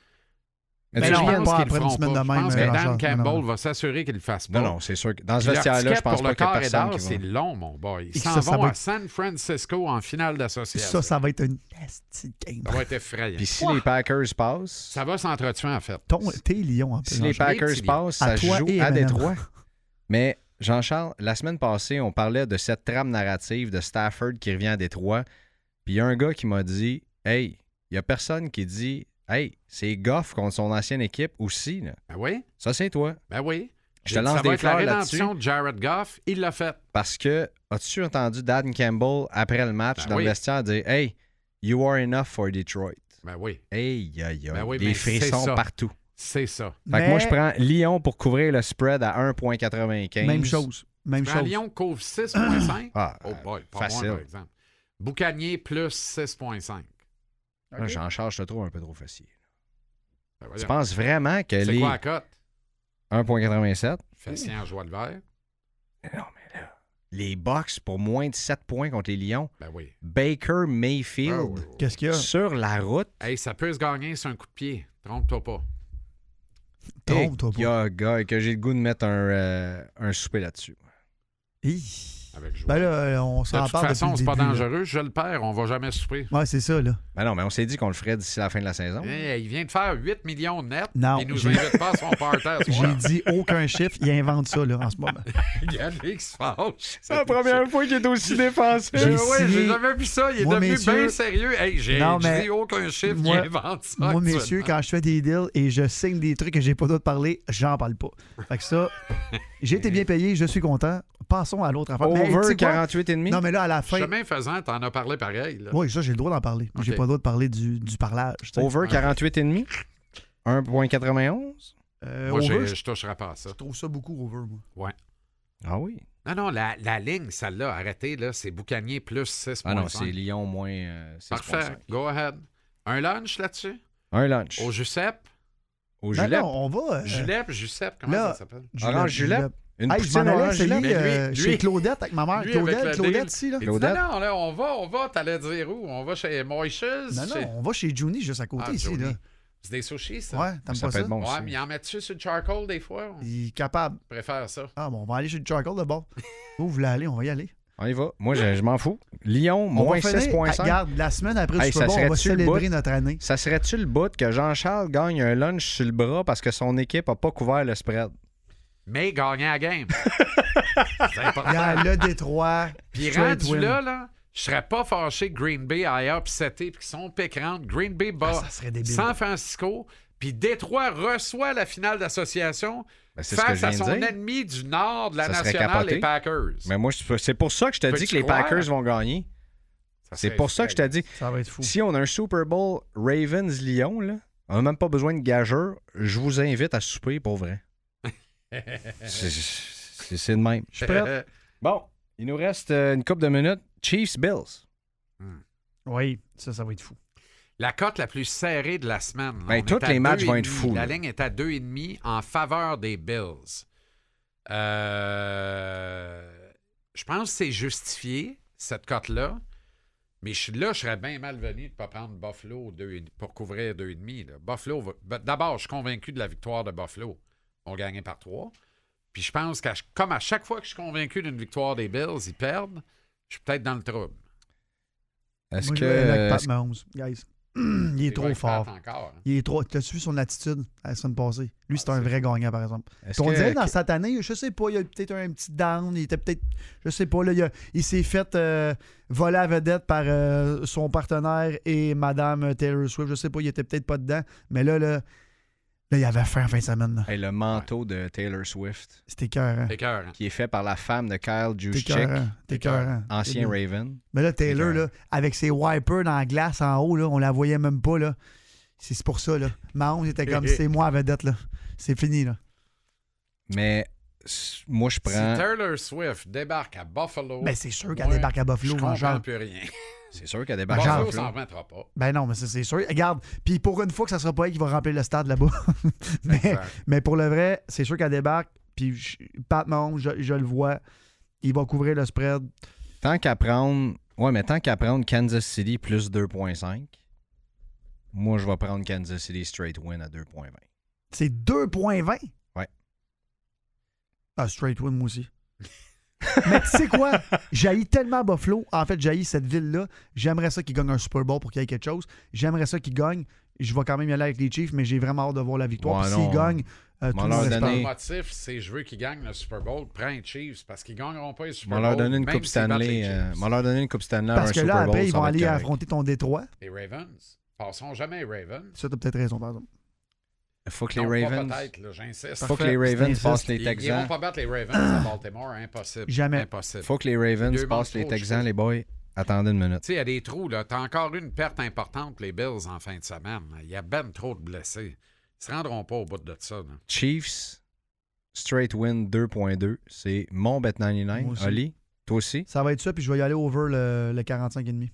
Speaker 3: Mais
Speaker 4: tu
Speaker 5: je
Speaker 4: reviens
Speaker 5: pense
Speaker 4: pas
Speaker 5: qu'ils
Speaker 4: après
Speaker 5: le
Speaker 4: une
Speaker 5: feront
Speaker 4: semaine
Speaker 5: pas.
Speaker 4: de
Speaker 5: Je
Speaker 4: même,
Speaker 5: pense
Speaker 4: euh,
Speaker 5: que
Speaker 4: Jean-Charles.
Speaker 5: Dan Campbell
Speaker 4: Non, non.
Speaker 5: va s'assurer qu'il le fasse pas.
Speaker 3: Non, non, c'est sûr que dans ce
Speaker 5: Puis leur
Speaker 3: vestiaire-là, je
Speaker 5: ticket
Speaker 3: pense
Speaker 5: pour
Speaker 3: pas
Speaker 5: le
Speaker 3: qu'il y a
Speaker 5: corps et
Speaker 3: personne
Speaker 5: d'or,
Speaker 3: qui
Speaker 5: c'est
Speaker 3: va.
Speaker 5: long, mon boy. Ils
Speaker 4: Et
Speaker 5: s'en
Speaker 4: ça,
Speaker 5: vont
Speaker 4: ça va
Speaker 5: à
Speaker 4: être-
Speaker 5: San Francisco en finale d'association.
Speaker 4: Ça, ça va être une nasty game.
Speaker 5: Ça va être effrayant.
Speaker 3: Puis si les Packers passent,
Speaker 5: Ça va s'entretuer, en fait.
Speaker 4: Ton- T'es Lyon, en plus.
Speaker 3: Si les
Speaker 5: Jean-Charles, les
Speaker 3: Packers
Speaker 5: petits lions.
Speaker 3: passent,
Speaker 4: À
Speaker 3: ça se
Speaker 4: toi
Speaker 3: joue
Speaker 4: et
Speaker 3: à
Speaker 4: Emmanuel.
Speaker 3: Détroit. Mais Jean-Charles, la semaine passée, on parlait de cette trame narrative de Stafford qui revient à Détroit. Puis il y a un gars qui m'a dit Hey, il n'y a personne qui dit Hey, c'est Goff contre son ancienne équipe aussi. Là.
Speaker 5: Ben oui,
Speaker 3: Ça, c'est toi.
Speaker 5: ben oui.
Speaker 3: Je te
Speaker 5: J'ai dit,
Speaker 3: lance
Speaker 5: ça
Speaker 3: des
Speaker 5: va être
Speaker 3: fleurs
Speaker 5: la
Speaker 3: là-dessus.
Speaker 5: rédemption de Jared Goff, il l'a fait.
Speaker 3: Parce que, as-tu entendu Dan Campbell après le match
Speaker 5: Ben
Speaker 3: dans
Speaker 5: oui.
Speaker 3: le vestiaire dire Hey, you are enough for Detroit?
Speaker 5: Ben oui,
Speaker 3: Hey, aïe, aïe,
Speaker 5: Ben oui,
Speaker 3: des
Speaker 5: mais c'est
Speaker 3: frissons
Speaker 5: ça.
Speaker 3: partout.
Speaker 5: c'est ça.
Speaker 3: Fait que moi,
Speaker 4: Mais-
Speaker 3: je prends Lyon pour couvrir le spread à 1,95.
Speaker 4: Même chose. Même
Speaker 5: Prends
Speaker 4: chose.
Speaker 5: Lyon couvre 6.5.
Speaker 3: Ah,
Speaker 5: oh boy, pas
Speaker 3: facile.
Speaker 5: moi, par exemple. Boucanier plus 6.5.
Speaker 3: Là, Ah, J'en charge, je te trouve un peu trop facile.
Speaker 5: Ben
Speaker 3: Tu
Speaker 5: voyons.
Speaker 3: penses vraiment que
Speaker 5: C'est
Speaker 3: les
Speaker 5: quoi la cote?
Speaker 3: 1,87
Speaker 5: Fessien joie de verre.
Speaker 3: Non, mais là, les Bucks pour moins de 7 points contre les Lions,
Speaker 5: Ben oui.
Speaker 3: Baker Mayfield
Speaker 5: Ah oui.
Speaker 4: Qu'est-ce qu'il y a?
Speaker 3: sur la route.
Speaker 5: Hey, ça peut se gagner sur un coup de pied. Trompe-toi pas.
Speaker 4: Trompe-toi
Speaker 3: Et que, gars, que j'ai le goût de mettre un, euh, un souper là-dessus.
Speaker 4: Hi.
Speaker 5: Avec joie.
Speaker 4: Ben là, on
Speaker 5: de
Speaker 4: s'en
Speaker 5: toute
Speaker 4: parle
Speaker 5: façon,
Speaker 4: depuis
Speaker 5: c'est
Speaker 4: le
Speaker 5: pas
Speaker 4: début, là.
Speaker 5: dangereux. Je le perds, on va jamais souper.
Speaker 4: Ouais, c'est ça, là.
Speaker 3: Ben non, mais on s'est dit qu'on le ferait d'ici la fin de la saison.
Speaker 5: Hey, Eh, il vient de faire 8 millions net.
Speaker 4: Non,
Speaker 5: Il nous
Speaker 4: j'ai-
Speaker 5: invite pas à son party à ce
Speaker 4: J'ai
Speaker 5: soir.
Speaker 4: dit aucun chiffre, il invente ça, là, en ce moment.
Speaker 5: Il y a lui qui se fâche.
Speaker 3: fois qu'il est aussi défensif.
Speaker 5: Euh,
Speaker 4: J'ai
Speaker 5: ouais,
Speaker 4: signé-
Speaker 5: j'ai jamais vu ça. Il est
Speaker 4: Moi,
Speaker 5: devenu
Speaker 4: messieurs-
Speaker 5: bien sérieux. Hey, j'ai
Speaker 4: Non,
Speaker 5: j'ai
Speaker 4: mais-
Speaker 5: dit aucun chiffre
Speaker 4: Moi-
Speaker 5: qui invente ça.
Speaker 4: Moi,
Speaker 5: actuellement.
Speaker 4: messieurs, quand je fais des deals et je signe des trucs que j'ai pas le droit de parler, j'en parle pas. Fait que ça, j'ai été bien payé, je suis content. Passons à l'autre affaire. Mais, Ben, tu
Speaker 3: Over
Speaker 4: sais quoi?
Speaker 3: 48,5.
Speaker 4: Non, mais là, à la fin.
Speaker 5: Chemin faisant, t'en as parlé pareil. là.
Speaker 4: Oui, ça, j'ai le droit d'en parler. J'ai
Speaker 5: Ok.
Speaker 4: pas le droit de parler du, du parlage. tu sais.
Speaker 3: Over 48,5. 1,91.
Speaker 4: Euh,
Speaker 5: Moi,
Speaker 4: over,
Speaker 5: j'ai-
Speaker 4: je
Speaker 5: je toucherai pas à ça.
Speaker 4: trouve ça beaucoup over, moi.
Speaker 3: Ah oui.
Speaker 5: Non, non, la, la ligne, celle-là, arrêtez, là, c'est Boucanier plus 6.5.
Speaker 3: Ah non, c'est Lyon moins euh, 6,5.
Speaker 5: Parfait, go ahead. Un lunch là-dessus?
Speaker 3: Un lunch.
Speaker 5: Au Giuseppe?
Speaker 3: Au
Speaker 4: Non,
Speaker 3: gilet.
Speaker 4: non, on va. euh,
Speaker 5: Giuseppe, Giuseppe, comment
Speaker 4: là,
Speaker 5: ça s'appelle?
Speaker 4: Julep,
Speaker 3: Orange Julep.
Speaker 4: Julep.
Speaker 3: Une
Speaker 4: Hey, je m'en
Speaker 3: poutine
Speaker 4: allais
Speaker 3: orange gilet.
Speaker 4: essayer
Speaker 5: Mais
Speaker 4: euh,
Speaker 5: lui-
Speaker 4: chez
Speaker 5: lui-
Speaker 4: Claudette avec ma mère.
Speaker 5: lui, avec
Speaker 4: Claudette,
Speaker 5: la
Speaker 4: Claudette,
Speaker 5: deal.
Speaker 4: si, là.
Speaker 5: Il dit, Non,
Speaker 3: Claudette?
Speaker 5: non, là, on va, on va, t'allais dire où? On va chez Moïse?
Speaker 4: Non, non, on va chez Juni, juste à côté, ici, là.
Speaker 5: C'est des sushis, ça?
Speaker 4: Ouais, t'aimes
Speaker 3: Ah, Ça
Speaker 4: pas
Speaker 3: peut
Speaker 4: ça?
Speaker 3: être bon
Speaker 5: Ouais,
Speaker 3: aussi.
Speaker 5: mais ils en mettent-tu sur le charcoal des fois? On
Speaker 4: Il est capable.
Speaker 5: préfère ça.
Speaker 4: Ah, bon, on va aller chez le charcoal, d'abord. Vous voulez aller, on va y aller.
Speaker 3: On y va. Moi, je, je m'en fous. Lyon,
Speaker 4: On
Speaker 3: moins
Speaker 4: va finir- Ah,
Speaker 3: 6,5.
Speaker 4: Regarde, la semaine après
Speaker 3: Hey,
Speaker 4: le
Speaker 3: ça
Speaker 4: Super Bowl, on va
Speaker 3: serait-tu le
Speaker 4: célébrer
Speaker 3: bout?
Speaker 4: notre année.
Speaker 3: Ça serait-tu le bout que Jean-Charles gagne un lunch sur le bras parce que son équipe a pas couvert le spread? Ben,
Speaker 5: Mais gagner la game. c'est important.
Speaker 4: Regarde, le Détroit.
Speaker 5: Puis
Speaker 4: straight
Speaker 5: rendu
Speaker 4: win.
Speaker 5: là, là, je serais pas fâché que Green Bay aille upsetter puis qu'ils sont pécrantes. Green Bay bat
Speaker 4: Ah, ça serait débile.
Speaker 5: San Francisco, puis Détroit reçoit la finale d'association
Speaker 3: Ben, c'est ce que
Speaker 5: face
Speaker 3: je
Speaker 5: à
Speaker 3: viens de
Speaker 5: son
Speaker 3: dire.
Speaker 5: ennemi du nord de la
Speaker 3: Ça serait
Speaker 5: nationale,
Speaker 3: capoté.
Speaker 5: les Packers.
Speaker 3: Mais moi, je- c'est pour ça que je te
Speaker 5: Peux-tu
Speaker 3: dis que les
Speaker 5: croire?
Speaker 3: Packers vont gagner. C'est pour ça que je te dis.
Speaker 4: Ça va être fou.
Speaker 3: Si on a un Super Bowl Ravens-Lyon, là, on n'a même pas besoin de gageur. Je vous invite à souper pour vrai. C'est- C'est c'est de même. Je suis prêt. Bon, il nous reste euh, une couple de minutes. Chiefs-Bills.
Speaker 4: Oui, ça, ça va être fou.
Speaker 5: La cote la plus serrée de la semaine. là.
Speaker 3: Ben,
Speaker 5: On
Speaker 3: tous
Speaker 5: est à
Speaker 3: les matchs
Speaker 5: deux
Speaker 3: vont
Speaker 5: et
Speaker 3: être
Speaker 5: demi.
Speaker 3: fous, là.
Speaker 5: La ligne est à 2,5 en faveur des Bills. Euh, Je pense que c'est justifié, cette cote-là. Mais je, suis- là, je serais bien malvenu de ne pas prendre Buffalo deux et- pour couvrir 2,5. là. Buffalo, va- ben, d'abord, je suis convaincu de la victoire de Buffalo. On gagnait par 3. Puis je pense que, comme à chaque fois que je suis convaincu d'une victoire des Bills, ils perdent, je suis peut-être dans le trouble.
Speaker 3: Est-ce
Speaker 4: Moi,
Speaker 3: que.
Speaker 4: je vais aller avec
Speaker 3: euh,
Speaker 4: Pat Mahomes, guys. Il est trop
Speaker 5: Ils perdent
Speaker 4: fort.
Speaker 5: encore, hein.
Speaker 4: Il est trop. T'as-tu vu son attitude la semaine passée? Lui,
Speaker 3: Ah,
Speaker 4: c'est un vrai gagnant, par exemple.
Speaker 3: est-ce
Speaker 4: On
Speaker 3: que-
Speaker 4: dirait dans cette année, je sais pas, il y a eu peut-être un petit down, il était peut-être, je sais pas, là, il, a- il s'est fait euh, voler à vedette par euh, son partenaire et Madame Taylor Swift, je sais pas, il était peut-être pas dedans, mais là, là, là, il avait faim en fin de semaine. là.
Speaker 3: Hey, le manteau de Taylor Swift,
Speaker 4: C'était cœur.
Speaker 5: Écœurant.
Speaker 3: qui est fait par la femme de Kyle
Speaker 4: T'es
Speaker 3: Juszczyk,
Speaker 4: cœur. T'es cœur.
Speaker 3: ancien Raven.
Speaker 4: Mais là, Taylor, là, avec ses wipers dans la glace en haut, là, on la voyait même pas. là. C'est c'est pour ça. Là. Mahomes était comme c'est moi la vedette. là. C'est fini. là.
Speaker 3: Mais s- moi, je
Speaker 5: Si
Speaker 3: prends.
Speaker 5: Taylor Swift débarque à Buffalo.
Speaker 4: Ben, c'est sûr qu'elle
Speaker 5: moi,
Speaker 4: débarque à Buffalo,
Speaker 5: Je
Speaker 4: mon Ben,
Speaker 5: comprends
Speaker 4: genre.
Speaker 5: plus rien.
Speaker 3: C'est sûr qu'elle débarque.
Speaker 5: Buffalo
Speaker 3: en
Speaker 5: s'en
Speaker 3: fleurs.
Speaker 5: remettra pas.
Speaker 4: Ben non, mais ça, c'est sûr. Regarde, puis pour une fois que ça sera pas elle qui va remplir le stade là-bas. mais,
Speaker 5: Exact.
Speaker 4: mais pour le vrai, c'est sûr qu'elle débarque. Puis je- Pat Mahomes, je, je le vois. Il va couvrir le spread.
Speaker 3: Tant qu'à prendre. Ouais, mais tant qu'à prendre Kansas City plus 2.5, moi, je vais prendre Kansas City straight win à 2.20.
Speaker 4: C'est 2.20.
Speaker 3: Ouais.
Speaker 4: Ah, straight win, moi aussi. Mais tu sais quoi? J'haïs tellement Buffalo. En fait, j'haïs cette ville-là. J'aimerais ça qu'ils gagnent un Super Bowl pour qu'il y ait quelque chose. J'aimerais ça qu'ils gagnent. Je vais quand même y aller avec les Chiefs, mais j'ai vraiment hâte de voir la victoire.
Speaker 3: Ouais,
Speaker 4: Puis
Speaker 3: non.
Speaker 4: s'ils gagnent, euh,
Speaker 3: On
Speaker 4: tout le
Speaker 3: leur
Speaker 4: monde
Speaker 3: donner-
Speaker 5: Mon
Speaker 4: respecte.
Speaker 5: motif, c'est je veux qu'ils gagnent le Super Bowl, prends les Chiefs, parce qu'ils gagneront pas le
Speaker 3: Je
Speaker 5: Super
Speaker 3: vais
Speaker 5: Bowl.
Speaker 3: leur donner une
Speaker 5: même
Speaker 3: Coupe
Speaker 5: s'ils battent les
Speaker 3: Stanley. euh,
Speaker 5: Chiefs.
Speaker 3: je vais leur donner une Coupe Stanley à
Speaker 4: Parce
Speaker 3: un
Speaker 4: que
Speaker 3: Super
Speaker 4: là,
Speaker 3: Bowl,
Speaker 4: après, ils
Speaker 3: ça
Speaker 4: vont
Speaker 3: va être
Speaker 4: aller
Speaker 3: correct.
Speaker 4: affronter ton Détroit.
Speaker 5: Les Ravens. Passons jamais les Ravens.
Speaker 4: Ça, t'as peut-être raison, par exemple.
Speaker 3: Faut que les
Speaker 5: Non, pas
Speaker 3: Ravens.
Speaker 5: Peut-être, là, j'insiste.
Speaker 3: Faut que les
Speaker 4: Parfait,
Speaker 3: Ravens
Speaker 4: c'est
Speaker 3: passent les
Speaker 5: Ils, ils vont
Speaker 3: Texans.
Speaker 5: pas battre les Ravens à Baltimore, impossible.
Speaker 4: Jamais.
Speaker 5: Impossible.
Speaker 3: Faut que les
Speaker 5: Il y a
Speaker 3: Ravens
Speaker 5: eu
Speaker 3: passent
Speaker 5: manque
Speaker 3: les
Speaker 5: trop, je
Speaker 3: Texans,
Speaker 5: trouve.
Speaker 3: les boys. Attendez une minute.
Speaker 5: Tu sais, il y a des trous, là. T'as encore une perte importante, les Bills, en fin de semaine. Il y a ben trop de blessés. Ils se rendront pas au bout de ça, là.
Speaker 3: Chiefs, straight win 2.2. C'est mon bet 99.
Speaker 4: Moi aussi.
Speaker 3: Oli, toi aussi.
Speaker 4: Ça va être ça, puis je vais y aller over le, le 45,5.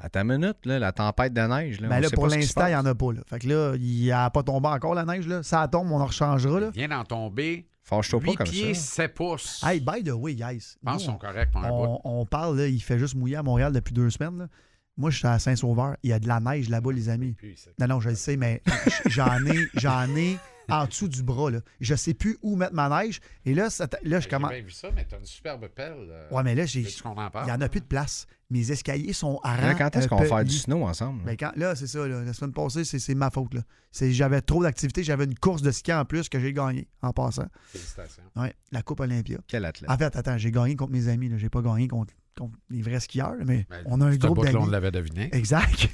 Speaker 3: À ta minute, là, la tempête de neige. Là, on
Speaker 4: Mais Ben là,
Speaker 3: sait
Speaker 4: pour
Speaker 3: pas ce qui se
Speaker 4: l'instant, il n'y en
Speaker 3: passe.
Speaker 4: a pas. Là. Fait que là, il n'a pas tombé encore la neige. Là. Ça tombe, on en rechangera. Là.
Speaker 5: Il vient d'en tomber.
Speaker 3: Fâche-toi pas
Speaker 5: 8
Speaker 3: comme
Speaker 5: pieds,
Speaker 3: ça.
Speaker 5: 7 pouces.
Speaker 4: Hey, by the way, guys.
Speaker 5: Je pense qu'ils
Speaker 4: nous,
Speaker 5: sont corrects pour un
Speaker 4: on,
Speaker 5: bout.
Speaker 4: on parle, là, il fait juste mouiller à Montréal depuis deux semaines. là. Moi, je suis à Saint-Sauveur. Il y a de la neige là-bas, les amis.
Speaker 5: Puis, c'est-
Speaker 4: Non, non, je le sais, mais j- j'en ai, j'en ai en dessous du bras. Là. Je sais plus où mettre ma neige. Et là, ça t- là je
Speaker 5: J'ai
Speaker 4: commence.
Speaker 3: ben,
Speaker 5: bien vu ça, mais t'as une superbe pelle. euh,
Speaker 4: Ouais, mais là, j'ai.
Speaker 5: veux-tu qu'on en
Speaker 4: Il
Speaker 5: parle?
Speaker 4: n'y en a plus de place. Mes escaliers sont à
Speaker 3: Là,
Speaker 4: rang,
Speaker 3: quand est-ce
Speaker 4: euh,
Speaker 3: qu'on va faire du
Speaker 4: peli.
Speaker 3: snow ensemble? là?
Speaker 4: Ben, quand- là, c'est ça. là. La semaine passée, c'est c'est ma faute. là. C'est- J'avais trop d'activités. J'avais une course de ski en plus que j'ai gagnée en passant.
Speaker 5: Félicitations.
Speaker 4: Ouais, la Coupe Olympia.
Speaker 3: Quel athlète?
Speaker 4: En fait, attends, j'ai gagné contre mes amis. là. J'ai pas gagné contre, contre les vrais skieurs, là, mais
Speaker 5: Ben,
Speaker 4: on a un
Speaker 5: ce
Speaker 4: groupe
Speaker 5: bout-là, On
Speaker 4: d'amis.
Speaker 5: l'avait deviné.
Speaker 4: Exact.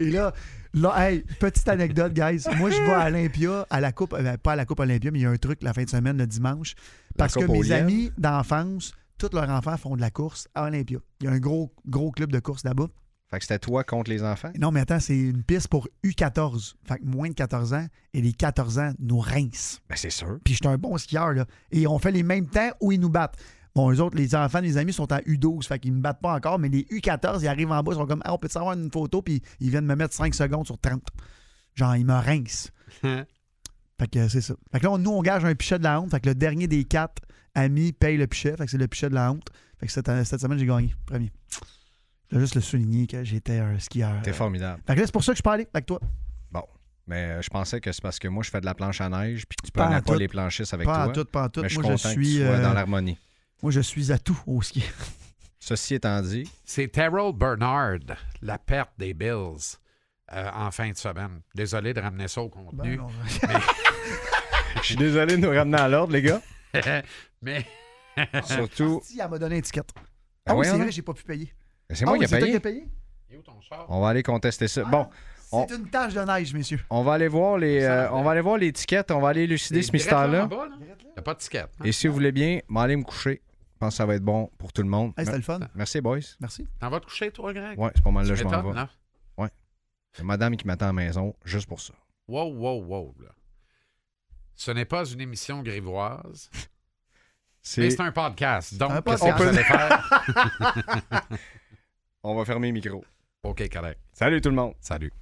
Speaker 4: Et là, là, hey, petite anecdote, guys. Moi, je vais à Olympia, à la Coupe, euh, pas à la Coupe Olympia, mais il y a un truc la fin de semaine, le dimanche. Parce que
Speaker 3: Coupe aux
Speaker 4: mes
Speaker 3: lièvres.
Speaker 4: amis d'enfance, tous leurs enfants font de la course à Olympia. Il y a un gros, gros club de course là-bas.
Speaker 3: Fait que c'était toi contre les enfants?
Speaker 4: Non, mais attends, c'est une piste pour U14. Fait que moins de 14 ans, et les 14 ans nous rincent.
Speaker 3: Ben, c'est sûr.
Speaker 4: Puis j'étais un bon skieur, là. Et on fait les mêmes temps où ils nous battent. Bon, eux autres, les enfants, les amis sont à U12, fait qu'ils me battent pas encore, mais les U14, ils arrivent en bas, ils sont comme, ah, on peut savoir une photo, puis ils viennent me mettre 5 secondes sur 30. Genre, ils me rincent. fait que euh, c'est ça. Fait que là, on- nous, on gage un pichet de la honte. Fait que le dernier des quatre amis paye le pichet. Fait que c'est le pichet de la honte. Fait que cette, euh, cette semaine, j'ai gagné. Premier. Je voulais juste le souligner que j'étais un skieur.
Speaker 3: T'es formidable.
Speaker 4: Fait que là, c'est pour ça que je peux aller avec toi.
Speaker 3: Bon. Mais euh, je pensais que c'est parce que moi, je fais de la planche à neige puis que tu
Speaker 4: Pas
Speaker 3: prenais
Speaker 4: à
Speaker 3: pas
Speaker 4: tout.
Speaker 3: les planchistes avec
Speaker 4: Pas en
Speaker 3: toi.
Speaker 4: tout, pas en tout.
Speaker 3: Mais je suis
Speaker 4: Moi, je
Speaker 3: content que tu
Speaker 4: suis,
Speaker 3: sois
Speaker 4: euh,
Speaker 3: dans l'harmonie.
Speaker 4: moi, je suis à tout au ski.
Speaker 3: Ceci étant dit,
Speaker 5: C'est Terrell Bernard, la perte des Bills euh, en fin de semaine. Désolé de ramener ça au contenu,
Speaker 4: Ben, non.
Speaker 3: je suis désolé de nous ramener à l'ordre, les gars.
Speaker 5: mais
Speaker 4: Ah,
Speaker 3: Surtout.
Speaker 4: Si, elle m'a donné une étiquette.
Speaker 3: Ah
Speaker 4: Ah oui,
Speaker 3: ouais,
Speaker 4: c'est
Speaker 3: hein?
Speaker 4: vrai, j'ai pas pu payer.
Speaker 3: C'est moi
Speaker 4: Ah
Speaker 3: qui
Speaker 4: oui,
Speaker 3: ai
Speaker 4: c'est toi
Speaker 3: payé.
Speaker 5: il est où ton char?
Speaker 3: On va aller contester
Speaker 4: Ah.
Speaker 3: ça. Bon, on-
Speaker 4: C'est une tache de neige, messieurs.
Speaker 3: on va aller voir les,
Speaker 5: Ça,
Speaker 3: euh, on va aller voir l'étiquette, on va aller élucider ce
Speaker 5: Direct là, en
Speaker 3: mystère-là.
Speaker 5: bas, là? T'as pas de ticket. hein?
Speaker 3: Et si vous voulez bien, m'aller me coucher. Je pense que ça va être bon pour tout le monde.
Speaker 4: Hey, C'était le fun.
Speaker 3: Merci, boys.
Speaker 4: Merci.
Speaker 5: T'en vas te coucher, toi, Greg?
Speaker 3: Ouais, c'est pas mal
Speaker 5: Tu
Speaker 3: là, je m'en
Speaker 5: m'étonnes, hein?
Speaker 3: vais.
Speaker 5: là?
Speaker 3: Il y a madame qui m'attend à la maison juste pour ça.
Speaker 5: Wow, wow, wow. là. Ce n'est pas une émission grivoise, mais
Speaker 3: C'est...
Speaker 5: c'est un podcast. Donc,
Speaker 4: un
Speaker 5: qu'est-ce que
Speaker 4: podcast.
Speaker 5: vous allez faire?
Speaker 3: On va fermer le micro.
Speaker 5: OK, correct.
Speaker 3: Salut tout le monde.
Speaker 5: Salut.